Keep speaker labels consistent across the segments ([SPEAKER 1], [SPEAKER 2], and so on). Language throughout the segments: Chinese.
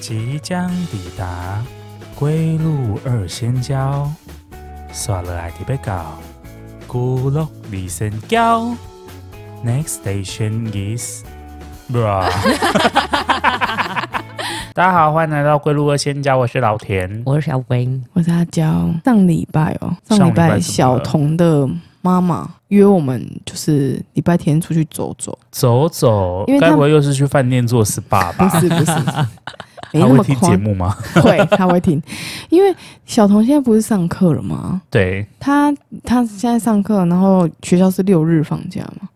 [SPEAKER 1] 即将抵达归路二仙交，刷了爱迪贝高，孤落二仙交。Next station is bra 。大家好，欢迎来到归路二仙交，我是老田。
[SPEAKER 2] 我是小薇，
[SPEAKER 3] 我是阿娇。上礼拜哦，
[SPEAKER 1] 上
[SPEAKER 3] 上
[SPEAKER 1] 礼
[SPEAKER 3] 礼
[SPEAKER 1] 拜
[SPEAKER 3] 拜
[SPEAKER 1] 怎么
[SPEAKER 3] 小
[SPEAKER 1] 了
[SPEAKER 3] 童的妈妈约我们，就是礼拜天出去走 走。
[SPEAKER 1] 走走
[SPEAKER 3] 因，为他
[SPEAKER 1] 该不会又是去饭店做 SPA
[SPEAKER 3] 不
[SPEAKER 1] 吧？
[SPEAKER 3] 是不是， 没
[SPEAKER 1] 他
[SPEAKER 3] 那
[SPEAKER 1] 会
[SPEAKER 3] 么
[SPEAKER 1] 听
[SPEAKER 3] 夸
[SPEAKER 1] 节 目 吗？
[SPEAKER 3] 会他会听，因为小童现在不是上课了吗？
[SPEAKER 1] 对
[SPEAKER 3] 他他现在上课，然后学校是六日放假嘛？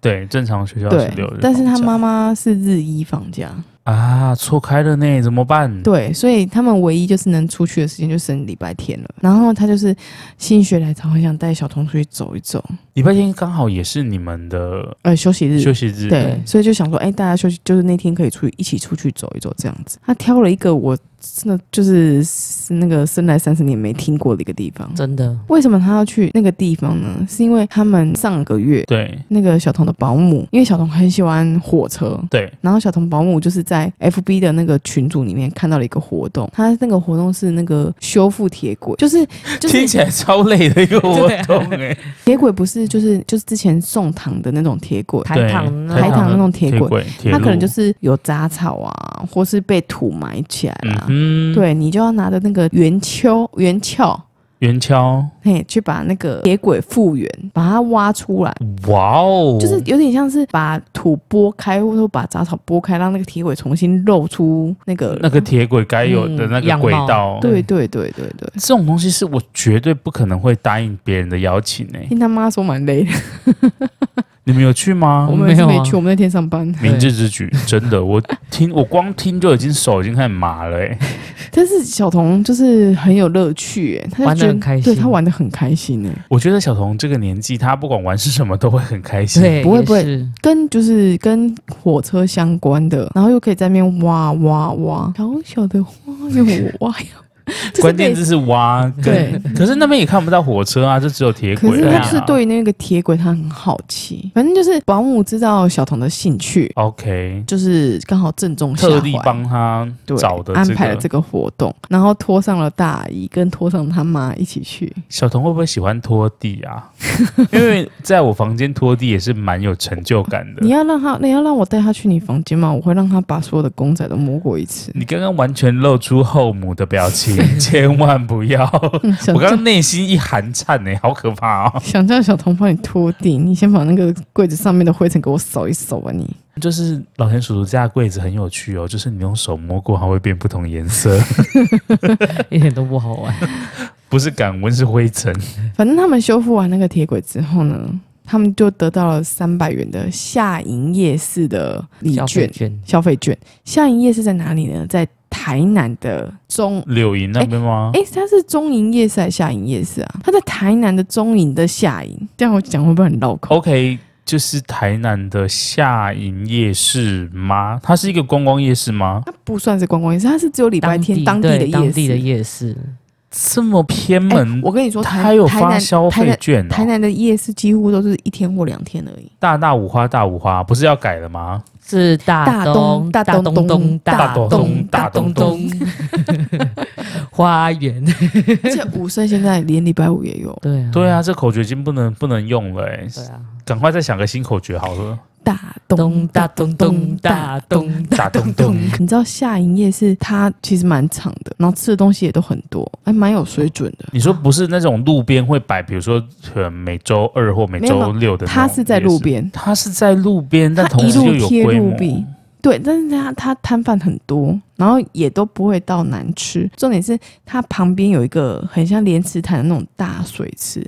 [SPEAKER 1] 对，正常学校是
[SPEAKER 3] 对
[SPEAKER 1] 六日放假，，
[SPEAKER 3] 但是他妈妈是日一放假，
[SPEAKER 1] 啊错开了呢，怎么办？
[SPEAKER 3] 对，所以他们唯一就是能出去的时间就是礼拜天了。然后他就是心血来潮，很想带小童出去走一走，
[SPEAKER 1] 礼拜天刚好也是你们的
[SPEAKER 3] 呃，休息日，
[SPEAKER 1] 休息日，
[SPEAKER 3] 对，所以就想说，哎、大家休息就是那天可以出去一起出去走一走这样子。他挑了一个我真的就是是那个生来三十年没听过的一个地方。
[SPEAKER 2] 真的
[SPEAKER 3] 为什么他要去那个地方呢？是因为他们上个月
[SPEAKER 1] 对
[SPEAKER 3] 那个小童的保姆，因为小童很喜欢火车。
[SPEAKER 1] 对
[SPEAKER 3] 然后小童保姆就是在 FB 的那个群组里面看到了一个活动，他那个活动是那个修复铁轨，就是就是
[SPEAKER 1] 听起来超累的一个活动哎，
[SPEAKER 3] 铁轨不是就是就是之前送糖的那种铁轨，
[SPEAKER 1] 哎
[SPEAKER 2] 台糖
[SPEAKER 1] 对
[SPEAKER 2] 呢
[SPEAKER 3] 台糖那种铁
[SPEAKER 1] 铁
[SPEAKER 3] 轨，
[SPEAKER 1] 轨，铁
[SPEAKER 3] 它
[SPEAKER 1] 路
[SPEAKER 3] 可能就是有杂草啊，或是被土埋起来
[SPEAKER 1] 嗯
[SPEAKER 3] 啦。
[SPEAKER 1] 哼，，
[SPEAKER 3] 啊对你就要拿着那个圆锹、圆锹，
[SPEAKER 1] 圆锹，
[SPEAKER 3] 嘿，去把那个铁轨复原，把它挖出来，
[SPEAKER 1] 哇哦，
[SPEAKER 3] 就是有点像是把土拨开，或者说把杂草拨开，让那个铁轨重新露出那个。
[SPEAKER 1] 那个铁轨该有的
[SPEAKER 2] 嗯
[SPEAKER 1] 那个
[SPEAKER 2] 样貌
[SPEAKER 1] 轨道，
[SPEAKER 3] 对对对对对，
[SPEAKER 1] 这种东西是我绝对不可能会答应别人的邀请哎，
[SPEAKER 3] 听他妈说蛮累的，
[SPEAKER 1] 你们有去吗
[SPEAKER 3] 我？们也是
[SPEAKER 2] 没有
[SPEAKER 3] 哦没
[SPEAKER 2] 啊
[SPEAKER 3] 去，我们那天上班。
[SPEAKER 1] 明智之举，真的，我听我光听就已经手已经开始麻了哎，
[SPEAKER 3] 但是小童就是很有乐趣耶，他就
[SPEAKER 2] 玩得
[SPEAKER 3] 觉
[SPEAKER 2] 很开
[SPEAKER 3] 对
[SPEAKER 2] 心
[SPEAKER 3] 他玩的很开心哎，
[SPEAKER 1] 我觉得小童这个年纪，他不管玩是什么都会很开心，
[SPEAKER 2] 对，
[SPEAKER 3] 不会
[SPEAKER 2] 也
[SPEAKER 3] 不会
[SPEAKER 2] 是
[SPEAKER 3] 跟就是跟火车相关的，然后又可以在那边挖挖挖，小小的花又挖呀，就是
[SPEAKER 1] 关键
[SPEAKER 3] 类似
[SPEAKER 1] 字是挖跟，
[SPEAKER 3] 对
[SPEAKER 1] 可是那边也看不到火车啊，就只有铁轨
[SPEAKER 3] 可
[SPEAKER 1] 啊。
[SPEAKER 3] 是他就是对于那个铁轨他很好奇，反正就是保姆知道小童的兴趣，
[SPEAKER 1] OK，
[SPEAKER 3] 就是刚好正中下
[SPEAKER 1] 特地
[SPEAKER 3] 怀。
[SPEAKER 1] 帮他
[SPEAKER 3] 对，
[SPEAKER 1] 找的
[SPEAKER 3] 安
[SPEAKER 1] 这
[SPEAKER 3] 排了
[SPEAKER 1] 个
[SPEAKER 3] 这个活动，然后拖上了大姨跟拖上他妈一起去。
[SPEAKER 1] 小童会不会喜欢拖地 啊？因为在我房间拖地也是蛮有成就感的
[SPEAKER 3] 你。要让他，你要让我带他去你房间吗？我会让他把所有的公仔都摸过一次。
[SPEAKER 1] 你刚刚完全露出后母的表情，千万不要！
[SPEAKER 3] 嗯，想
[SPEAKER 1] 我刚
[SPEAKER 3] 叫
[SPEAKER 1] 刚内心一寒颤呢、好可怕哦！
[SPEAKER 3] 想叫小童帮你拖地，你先把那个柜子上面的灰尘给我扫一扫吧，你。
[SPEAKER 1] 就是老田叔叔家的柜子很有趣哦，就是你用手摸过，它会变不同颜 色，
[SPEAKER 2] 一点都不好玩。
[SPEAKER 1] 不是感温是灰尘。
[SPEAKER 3] 反正他们修复完那个铁轨之后呢，他们就得到了三百元的夏营夜市的礼
[SPEAKER 2] 消费
[SPEAKER 3] 券
[SPEAKER 2] 券
[SPEAKER 3] 消费券。夏营夜市在哪里呢？在台南的
[SPEAKER 2] 嗯
[SPEAKER 3] 中。
[SPEAKER 1] 柳营那边吗？
[SPEAKER 3] 诶，它是中营夜市还是夏营夜市啊？它在台南的中营的夏营，这样我讲会不会很绕
[SPEAKER 2] 哦
[SPEAKER 3] 口？
[SPEAKER 1] OK，就是台南的下营夜市吗？它是一个观光夜市吗？
[SPEAKER 3] 它不算是观光夜市，它是只有礼拜天当地的
[SPEAKER 2] 对
[SPEAKER 3] 夜市。
[SPEAKER 2] 当地的夜市，
[SPEAKER 1] 这么偏
[SPEAKER 3] 诶
[SPEAKER 1] 门，
[SPEAKER 3] 哎我跟你说，台
[SPEAKER 1] 它有
[SPEAKER 3] 台
[SPEAKER 1] 发
[SPEAKER 3] 南
[SPEAKER 1] 消
[SPEAKER 3] 台
[SPEAKER 1] 费
[SPEAKER 3] 南
[SPEAKER 1] 券、
[SPEAKER 3] 台
[SPEAKER 1] 哦。
[SPEAKER 3] 南的夜市几乎都是一天或两天而已。
[SPEAKER 1] 大大五花大五花，不是要改了吗？
[SPEAKER 3] 嗯
[SPEAKER 2] 是大
[SPEAKER 3] 大
[SPEAKER 2] 东
[SPEAKER 3] 东
[SPEAKER 2] 大
[SPEAKER 3] 大
[SPEAKER 2] 东
[SPEAKER 3] 东
[SPEAKER 2] 东
[SPEAKER 3] 东
[SPEAKER 1] 大东
[SPEAKER 2] 东
[SPEAKER 1] 东大东
[SPEAKER 2] 东 花园，
[SPEAKER 3] 而且武圣现在连礼拜五也有
[SPEAKER 2] 对啊
[SPEAKER 1] 对啊，这口诀已经不能不能用了、欸，
[SPEAKER 2] 对啊，
[SPEAKER 1] 赶快再想个新口诀好 了。
[SPEAKER 3] 大
[SPEAKER 2] 东
[SPEAKER 3] 东
[SPEAKER 2] 大东东大东，
[SPEAKER 1] 大咚咚，
[SPEAKER 3] 你知道夏营夜市它其实蛮长的，然后吃的东西也都很多，还蛮有水准的。
[SPEAKER 1] 你说不是那种路边会摆，比如说呃每周二或每
[SPEAKER 3] 没有没
[SPEAKER 1] 周
[SPEAKER 3] 有
[SPEAKER 1] 六的那种夜市，
[SPEAKER 3] 它是在路边，
[SPEAKER 1] 它是在路边，但
[SPEAKER 3] 它
[SPEAKER 1] 同
[SPEAKER 3] 一
[SPEAKER 1] 时又有
[SPEAKER 3] 路贴
[SPEAKER 1] 规
[SPEAKER 3] 路
[SPEAKER 1] 模。
[SPEAKER 3] 壁。对，但是它它摊贩很多，然后也都不会到难吃。重点是它旁边有一个很像莲池潭的那种大水池，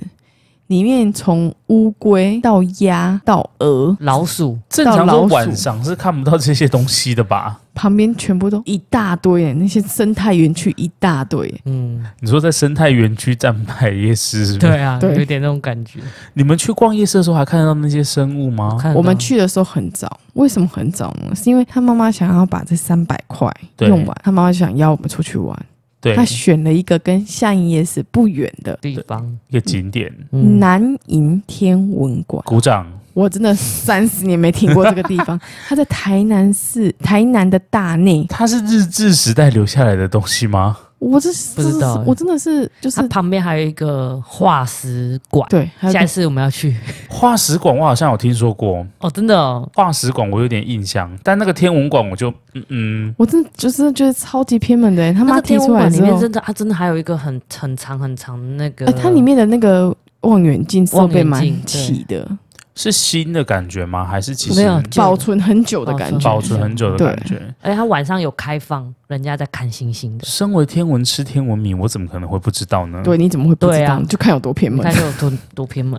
[SPEAKER 3] 里面从乌龟到鸭到鹅，
[SPEAKER 2] 老鼠
[SPEAKER 1] 正常
[SPEAKER 3] 到
[SPEAKER 1] 说
[SPEAKER 3] 老鼠
[SPEAKER 1] 晚上是看不到这些东西的吧？
[SPEAKER 3] 旁边全部都一大堆耶，那些生态园区一大堆耶。
[SPEAKER 2] 嗯，
[SPEAKER 1] 你说在生态园区站牌夜市是不是？
[SPEAKER 2] 对啊，
[SPEAKER 3] 对
[SPEAKER 2] 有点那种感觉。
[SPEAKER 1] 你们去逛夜市的时候还看得到那些生物吗？
[SPEAKER 2] 看得
[SPEAKER 3] 我们
[SPEAKER 2] 到
[SPEAKER 3] 去的时候很早，为什么很早呢？是因为他妈妈想要把这三百块
[SPEAKER 1] 对
[SPEAKER 3] 用完，他妈妈想邀我们出去玩，
[SPEAKER 1] 对，
[SPEAKER 3] 他选了一个跟夏营夜市不远的
[SPEAKER 2] 地方，
[SPEAKER 1] 一个景点，
[SPEAKER 2] 嗯，
[SPEAKER 3] 南营天文馆。
[SPEAKER 1] 鼓掌。
[SPEAKER 3] 我真的三十年没听过这个地 方。它在台南市，台南的大内，
[SPEAKER 1] 它是日治时代留下来的东西吗？
[SPEAKER 3] 我这
[SPEAKER 2] 不知道
[SPEAKER 3] 这
[SPEAKER 2] 欸
[SPEAKER 3] 我真的是就是
[SPEAKER 2] 它旁边还有一个化石馆，
[SPEAKER 3] 对，还有
[SPEAKER 2] 下一
[SPEAKER 3] 个
[SPEAKER 2] 次我们要去
[SPEAKER 1] 化石馆我好像有听说过，
[SPEAKER 2] 哦，真的哦，
[SPEAKER 1] 化石馆我有点印象，但那个天文馆我就嗯嗯，
[SPEAKER 3] 我真的就是觉得超级偏门的欸、他
[SPEAKER 2] 那
[SPEAKER 3] 妈
[SPEAKER 2] 个
[SPEAKER 3] 提
[SPEAKER 2] 天文
[SPEAKER 3] 出来
[SPEAKER 2] 馆里
[SPEAKER 3] 之
[SPEAKER 2] 面
[SPEAKER 3] 后，
[SPEAKER 2] 真的，它真的还有一个很很长很长的那个，
[SPEAKER 3] 呃它里面的那个望远镜设
[SPEAKER 2] 望远
[SPEAKER 3] 备蛮
[SPEAKER 2] 镜对
[SPEAKER 3] 齐的，
[SPEAKER 1] 是新的感觉吗？还是其
[SPEAKER 2] 没
[SPEAKER 1] 实
[SPEAKER 2] 有
[SPEAKER 3] 保存很久的
[SPEAKER 2] 保
[SPEAKER 3] 感
[SPEAKER 2] 存
[SPEAKER 3] 觉。
[SPEAKER 1] 保存很久的感觉？
[SPEAKER 2] 而且它晚上有开放，人家在看星星的，
[SPEAKER 1] 身为天文吃天文迷，我怎么可能会不知道呢？
[SPEAKER 3] 对，你怎么会不知
[SPEAKER 2] 嗯对
[SPEAKER 3] 道？
[SPEAKER 2] 啊
[SPEAKER 3] 就看有多偏
[SPEAKER 2] 你
[SPEAKER 3] 门
[SPEAKER 2] 看。就有多多偏门，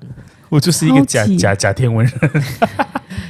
[SPEAKER 1] 我就是一个假
[SPEAKER 3] 超级
[SPEAKER 1] 假假天文人，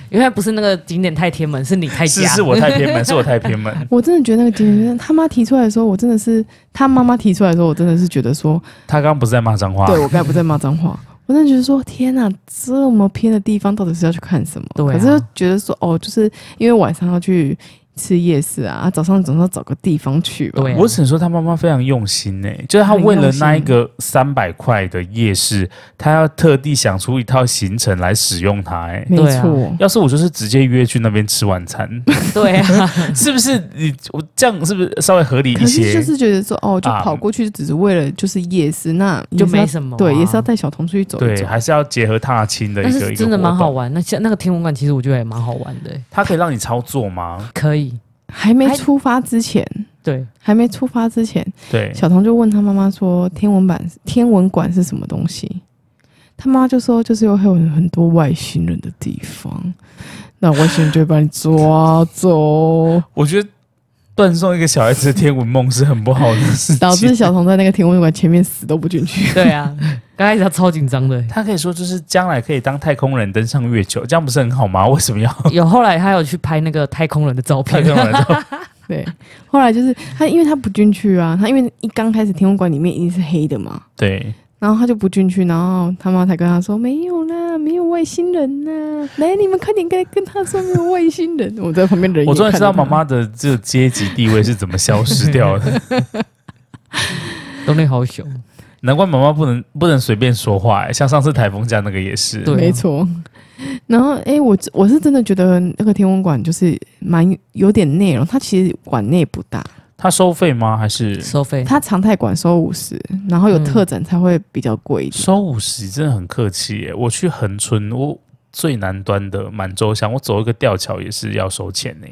[SPEAKER 2] 因为它不是那个景点太天门，是你太
[SPEAKER 1] 是
[SPEAKER 2] 假，
[SPEAKER 1] 是我太偏门，是我太偏门。
[SPEAKER 3] 我真的觉得那个景点，他妈提出来的时候，我真的是他妈妈提出来的时候，我真的是觉 得说，
[SPEAKER 1] 他刚刚不是在骂脏话，
[SPEAKER 3] 对我刚才不在骂脏话，我真的觉得说，天哪，这么偏的地方到底是要去看什么？
[SPEAKER 2] 对啊
[SPEAKER 3] 可是觉得说，哦，就是因为晚上要去吃夜市啊，早上总要找个地方去吧。
[SPEAKER 2] 对啊
[SPEAKER 1] 我只能说他妈妈非常用心呢、就是他为了那一个三百块的夜市，他要特地想出一套行程来使用它、欸。
[SPEAKER 3] 没
[SPEAKER 2] 对啊
[SPEAKER 3] 错，
[SPEAKER 1] 要是我就是直接约去那边吃晚 餐，
[SPEAKER 2] 对 啊，
[SPEAKER 1] 是不是你？我这样是不是稍微合理一
[SPEAKER 3] 可是
[SPEAKER 1] 些？
[SPEAKER 3] 就是觉得说，哦，就
[SPEAKER 1] 啊
[SPEAKER 3] 跑过去只是为了就是夜市，那也是
[SPEAKER 2] 就
[SPEAKER 3] 要
[SPEAKER 2] 没什么啊，
[SPEAKER 3] 对，也是要带小童出去走一
[SPEAKER 1] 对，
[SPEAKER 3] 走。
[SPEAKER 1] 还是要结合踏青的
[SPEAKER 2] 但
[SPEAKER 1] 一个
[SPEAKER 2] 是
[SPEAKER 1] 一
[SPEAKER 2] 真
[SPEAKER 1] 个
[SPEAKER 2] 的
[SPEAKER 1] 活
[SPEAKER 2] 蛮好
[SPEAKER 1] 动。
[SPEAKER 2] 玩。那像那个天文馆，其实我觉得也蛮好玩的欸、
[SPEAKER 1] 它可以让你操作吗？
[SPEAKER 2] 可以。
[SPEAKER 3] 还没
[SPEAKER 2] 还
[SPEAKER 3] 出发之前，
[SPEAKER 2] 对，
[SPEAKER 3] 还没出发之前，
[SPEAKER 1] 对，
[SPEAKER 3] 小童就问他妈妈说：“天文版天文馆是什么东西？”他妈就说：“就是有会有很多外星人的地方，那外星人就会把你抓走。
[SPEAKER 1] 我觉得断送一个小孩子的天文梦是很不好的事”
[SPEAKER 3] 导致
[SPEAKER 1] 情。
[SPEAKER 3] 小童在那个天文馆前面死都不进去。
[SPEAKER 2] 对啊，刚开始他超紧 张的欸、
[SPEAKER 1] 他可以说，就是将来可以当太空人登上月球，这样不是很好吗？为什么 要
[SPEAKER 2] 有后来他有去拍那个太空人的照
[SPEAKER 1] 太
[SPEAKER 2] 片
[SPEAKER 1] 空，人登上
[SPEAKER 3] 对，后来就是他，因为他不进去啊，他因为一刚开始天文馆里面一定是黑的嘛，
[SPEAKER 1] 对，
[SPEAKER 3] 然后他就不进去，然后他妈才跟他说没有啦，没有外星人呐，来你们快点跟跟他说没有外星人。我在旁边人也
[SPEAKER 1] 我终于知道
[SPEAKER 3] 看
[SPEAKER 1] 妈
[SPEAKER 3] 着他
[SPEAKER 1] 妈的这个阶级地位是怎么消失掉的，
[SPEAKER 2] 东内好熊，
[SPEAKER 1] 难怪妈妈不能不能随便说话、欸像上次台风假那个也是，
[SPEAKER 2] 对啊
[SPEAKER 3] 没错。然后，哎、我我是真的觉得那个天文馆就是蛮有点内容，它其实馆内不大，
[SPEAKER 1] 他收费吗？还是
[SPEAKER 2] 收费
[SPEAKER 3] 它常态馆收五十，然后有
[SPEAKER 2] 嗯
[SPEAKER 3] 特展才会比较贵一点。
[SPEAKER 1] 收五十？真的很客气耶、我去恒春，我最南端的满洲乡，我走一个吊桥也是要收钱呢、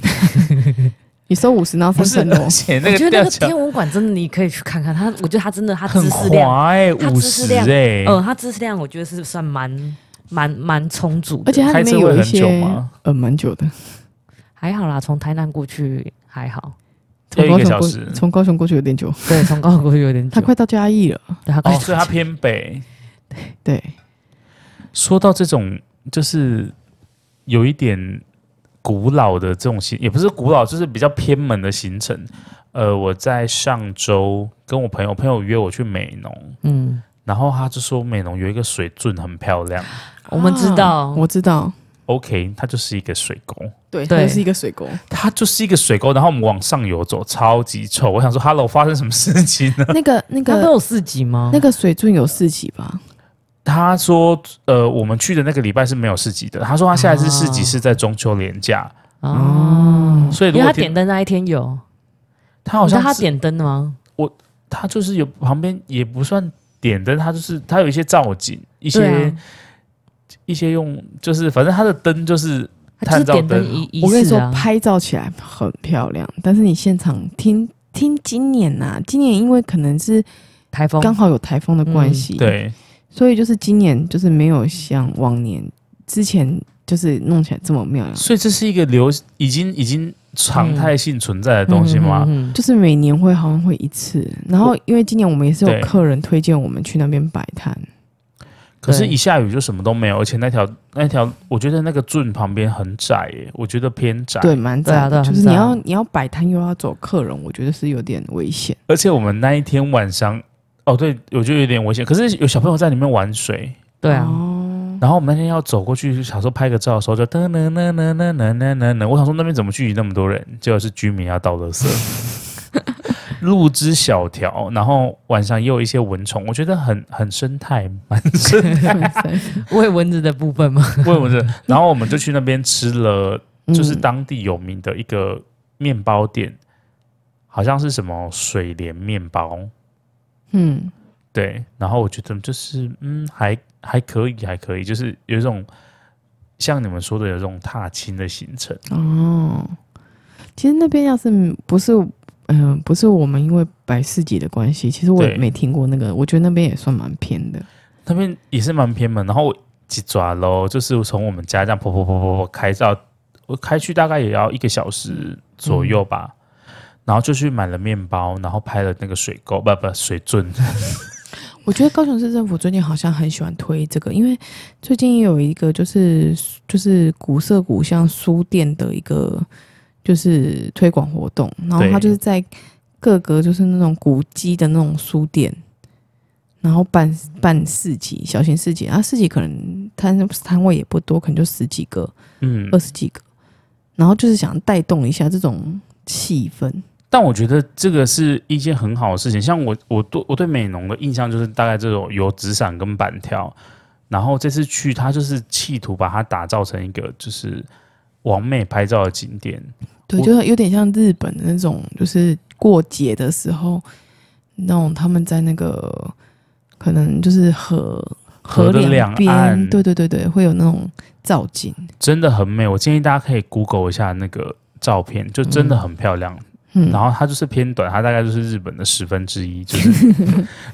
[SPEAKER 3] 你收五十，然后
[SPEAKER 1] 不是，
[SPEAKER 3] 三层楼
[SPEAKER 1] 而，且
[SPEAKER 2] 我
[SPEAKER 1] 那
[SPEAKER 2] 觉
[SPEAKER 1] 个
[SPEAKER 2] 得
[SPEAKER 1] 吊
[SPEAKER 2] 那个
[SPEAKER 1] 桥
[SPEAKER 2] 天文馆真的你可以去看看，他我觉得他真的他知
[SPEAKER 1] 很
[SPEAKER 2] 识量，
[SPEAKER 1] 滑哎、
[SPEAKER 2] 它
[SPEAKER 1] 五
[SPEAKER 2] 知识
[SPEAKER 1] 十
[SPEAKER 2] 量
[SPEAKER 1] 哎，
[SPEAKER 2] 嗯，他知识量我觉得是算蛮蛮蛮充足的，
[SPEAKER 3] 而且它
[SPEAKER 1] 开
[SPEAKER 3] 里面
[SPEAKER 1] 车
[SPEAKER 3] 有
[SPEAKER 1] 会
[SPEAKER 3] 一
[SPEAKER 1] 很久
[SPEAKER 3] 些
[SPEAKER 1] 吗？
[SPEAKER 3] 呃蛮久的，
[SPEAKER 2] 还好啦，从台南过去还好，
[SPEAKER 1] 要
[SPEAKER 3] 从
[SPEAKER 1] 一
[SPEAKER 3] 高
[SPEAKER 1] 个
[SPEAKER 3] 雄
[SPEAKER 1] 小
[SPEAKER 3] 过
[SPEAKER 1] 时
[SPEAKER 3] 从高雄过去有点久，
[SPEAKER 2] 对，从高雄过去有点
[SPEAKER 3] 它
[SPEAKER 2] 久，
[SPEAKER 3] 快到嘉义了。
[SPEAKER 2] 对，他快
[SPEAKER 1] 哦，所以它偏北。
[SPEAKER 3] 对，
[SPEAKER 1] 说到这种，就是有一点古老的这种行，也不是古老，就是比较偏门的行程。呃，我在上周跟我朋友，朋友约我去美浓，
[SPEAKER 2] 嗯，
[SPEAKER 1] 然后他就说美浓有一个水圳很漂亮。
[SPEAKER 2] 我们知道
[SPEAKER 3] 啊我知道，
[SPEAKER 1] OK，它就是一个水沟，
[SPEAKER 3] 对，它
[SPEAKER 2] 对
[SPEAKER 3] 就是一个水沟。
[SPEAKER 1] 它就是一个水沟，然后我们往上游走，超级臭。我想说，Hello，发生什么事情呢？
[SPEAKER 3] 那个那
[SPEAKER 2] 他
[SPEAKER 3] 个
[SPEAKER 2] 都有四级吗？
[SPEAKER 3] 那个水圳有四级
[SPEAKER 1] 啊
[SPEAKER 3] 吧？
[SPEAKER 1] 他说，呃，我们去的那个礼拜是没有市集的。他说他下一次市集
[SPEAKER 2] 哦
[SPEAKER 1] 是在中秋连假，
[SPEAKER 2] 哦，
[SPEAKER 1] 嗯所以
[SPEAKER 2] 因
[SPEAKER 1] 如
[SPEAKER 2] 为
[SPEAKER 1] 果
[SPEAKER 2] 他
[SPEAKER 1] 听
[SPEAKER 2] 点灯那一天有，
[SPEAKER 1] 他好像
[SPEAKER 2] 你知道他
[SPEAKER 1] 是
[SPEAKER 2] 点灯的吗？
[SPEAKER 1] 它就是有旁边也不算点灯，它就是它有一些造景，一
[SPEAKER 2] 一
[SPEAKER 1] 些、
[SPEAKER 3] 啊
[SPEAKER 1] 一些用，就是反正它的灯就是
[SPEAKER 2] 他就是点灯仪
[SPEAKER 3] 我跟
[SPEAKER 2] 仪
[SPEAKER 3] 你
[SPEAKER 2] 式
[SPEAKER 3] 说
[SPEAKER 2] 啊，，
[SPEAKER 3] 拍照起来很漂亮，但是你现场听听今年呐、今年因为可能是
[SPEAKER 2] 台风
[SPEAKER 3] 刚好有台风的关
[SPEAKER 2] 嗯
[SPEAKER 3] 系，，
[SPEAKER 1] 对，
[SPEAKER 3] 所以就是今年就是没有像往年之前就是弄起来这么
[SPEAKER 2] 嗯
[SPEAKER 3] 妙，
[SPEAKER 1] 所以这是一个流已经已经常态性存在的东西吗？
[SPEAKER 2] 嗯嗯嗯嗯
[SPEAKER 3] 就是每年会好像会一次。然后因为今年我们也是
[SPEAKER 1] 对
[SPEAKER 3] 有客人推荐我们去那边摆摊，
[SPEAKER 1] 可是，
[SPEAKER 2] 对
[SPEAKER 1] 一下雨就什么都没有，而且那条那条，我觉得那个圳旁边很窄耶，我觉得偏窄。
[SPEAKER 3] 对，，蛮赞
[SPEAKER 2] 对
[SPEAKER 3] 的，
[SPEAKER 2] 啊对啊
[SPEAKER 3] 就是
[SPEAKER 2] 很
[SPEAKER 3] 你
[SPEAKER 2] 赞
[SPEAKER 3] 要你要摆摊又要走客人，我觉得是有点危险。
[SPEAKER 1] 而且我们那一天晚上，哦，对，我觉得有点危险。可是有小朋友在里面玩水，
[SPEAKER 2] 对啊，
[SPEAKER 3] 哦，
[SPEAKER 1] 然后我们那天要走过去，想说拍个照的时候就噔噔噔噔噔噔噔噔噔，我想说那边怎么聚集那么多人？结果是居民要倒垃圾， 路枝小条，然后晚上也有一些蚊虫，我觉得很很生态，蛮生态
[SPEAKER 2] 喂蚊子的部分吗？
[SPEAKER 1] 喂蚊子。 然后我们就去那边吃了，就是
[SPEAKER 3] 嗯
[SPEAKER 1] 当地有名的一个面包店，好像是什么水莲面包，
[SPEAKER 3] 嗯，
[SPEAKER 1] 对。然后我觉得就是嗯，还还可以，还可以，就是有一种像你们说的有这种踏青的行程。
[SPEAKER 3] 哦，其实那边要是不是，嗯、不是我们因为白市集的关系，其实我也
[SPEAKER 1] 对
[SPEAKER 3] 没听过那个，我觉得那边也算蛮偏的。
[SPEAKER 1] 那边也是蛮偏门，然后我几抓咯，就是从我们家这样跑跑跑跑跑开到我开去大概也要一个小时左右吧，然后就去买了面包，然后拍了那个水沟，不不水樽，
[SPEAKER 3] 我觉得高雄市政府最近好像很喜欢推这个，因为最近也有一个就是就是古色古香书店的一个就是推广活动，然后
[SPEAKER 1] 对
[SPEAKER 3] 它就是在各个就是那种古迹的那种书店，然后办办市集，小型市集，啊市集可能摊摊位也不多，可能就十几个、
[SPEAKER 1] 嗯
[SPEAKER 3] 二，十几个，然后就是想带动一下这种气氛，
[SPEAKER 1] 但我觉得这个是一件很好的事情。像我，我对我对美浓的印象就是大概这种有纸伞跟板条，然后这次去它就是企图把它打造成一个就是完美拍照的景点，
[SPEAKER 3] 对，
[SPEAKER 1] 我
[SPEAKER 3] 就是有点像日本的那种，就是过节的时候，那种他们在那个可能就是河
[SPEAKER 1] 河的两
[SPEAKER 3] 两
[SPEAKER 1] 岸
[SPEAKER 3] 边，对对对对，会有那种造景，
[SPEAKER 1] 真的很美。我建议大家可以 Google 一下那个照片，就真的很漂亮。
[SPEAKER 3] 嗯，
[SPEAKER 1] 然后它就是偏短，它大概就是日本的十分之一。就是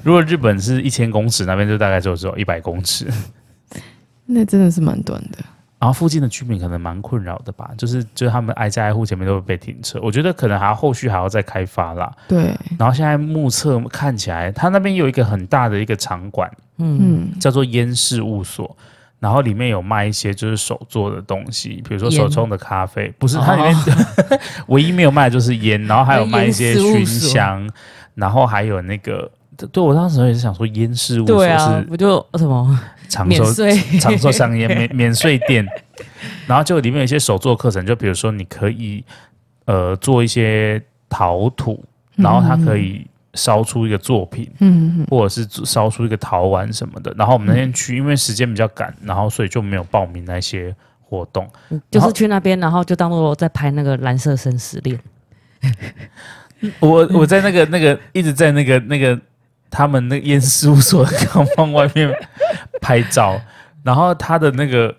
[SPEAKER 1] 如果日本是一千公尺，那边就大概就只有一百公尺。
[SPEAKER 3] 那真的是蛮短的，
[SPEAKER 1] 然后附近的居民可能蛮困扰的吧，就是就是他们挨家挨户前面都会被停车。我觉得可能还要后续还要再开发啦。
[SPEAKER 3] 对，
[SPEAKER 2] 嗯
[SPEAKER 1] 然后现在目测看起来，它那边有一个很大的一个场馆，
[SPEAKER 2] 嗯，
[SPEAKER 3] 嗯，
[SPEAKER 1] 叫做烟事务所。然后里面有卖一些就是手做的东西，比如说手冲的咖啡，不是它里面、 唯一没有卖的就是烟，然后还有卖一些熏
[SPEAKER 2] 哦烟事务所
[SPEAKER 1] 香，然后还有那个，对我当时也是想说烟事务所
[SPEAKER 2] 对啊，
[SPEAKER 1] 是
[SPEAKER 2] 不就什么
[SPEAKER 1] 长
[SPEAKER 2] 免
[SPEAKER 1] 寿
[SPEAKER 2] 税？
[SPEAKER 1] 长寿香烟免 免税店，然后就里面有一些手作课程，就比如说你可以呃做一些陶土，然后它可以烧出一个作品，
[SPEAKER 3] 嗯，嗯嗯
[SPEAKER 1] 或者是烧出一个陶碗什么的。然后我们那天去，因为时间比较赶，然后所以就没有报名那些活动。
[SPEAKER 2] 就是去那边，然后就当做在拍那个蓝色生死恋。
[SPEAKER 1] 我我在那个那个一直在那个那个他们那个验事务所的钢棒外面拍照， 然后他的那个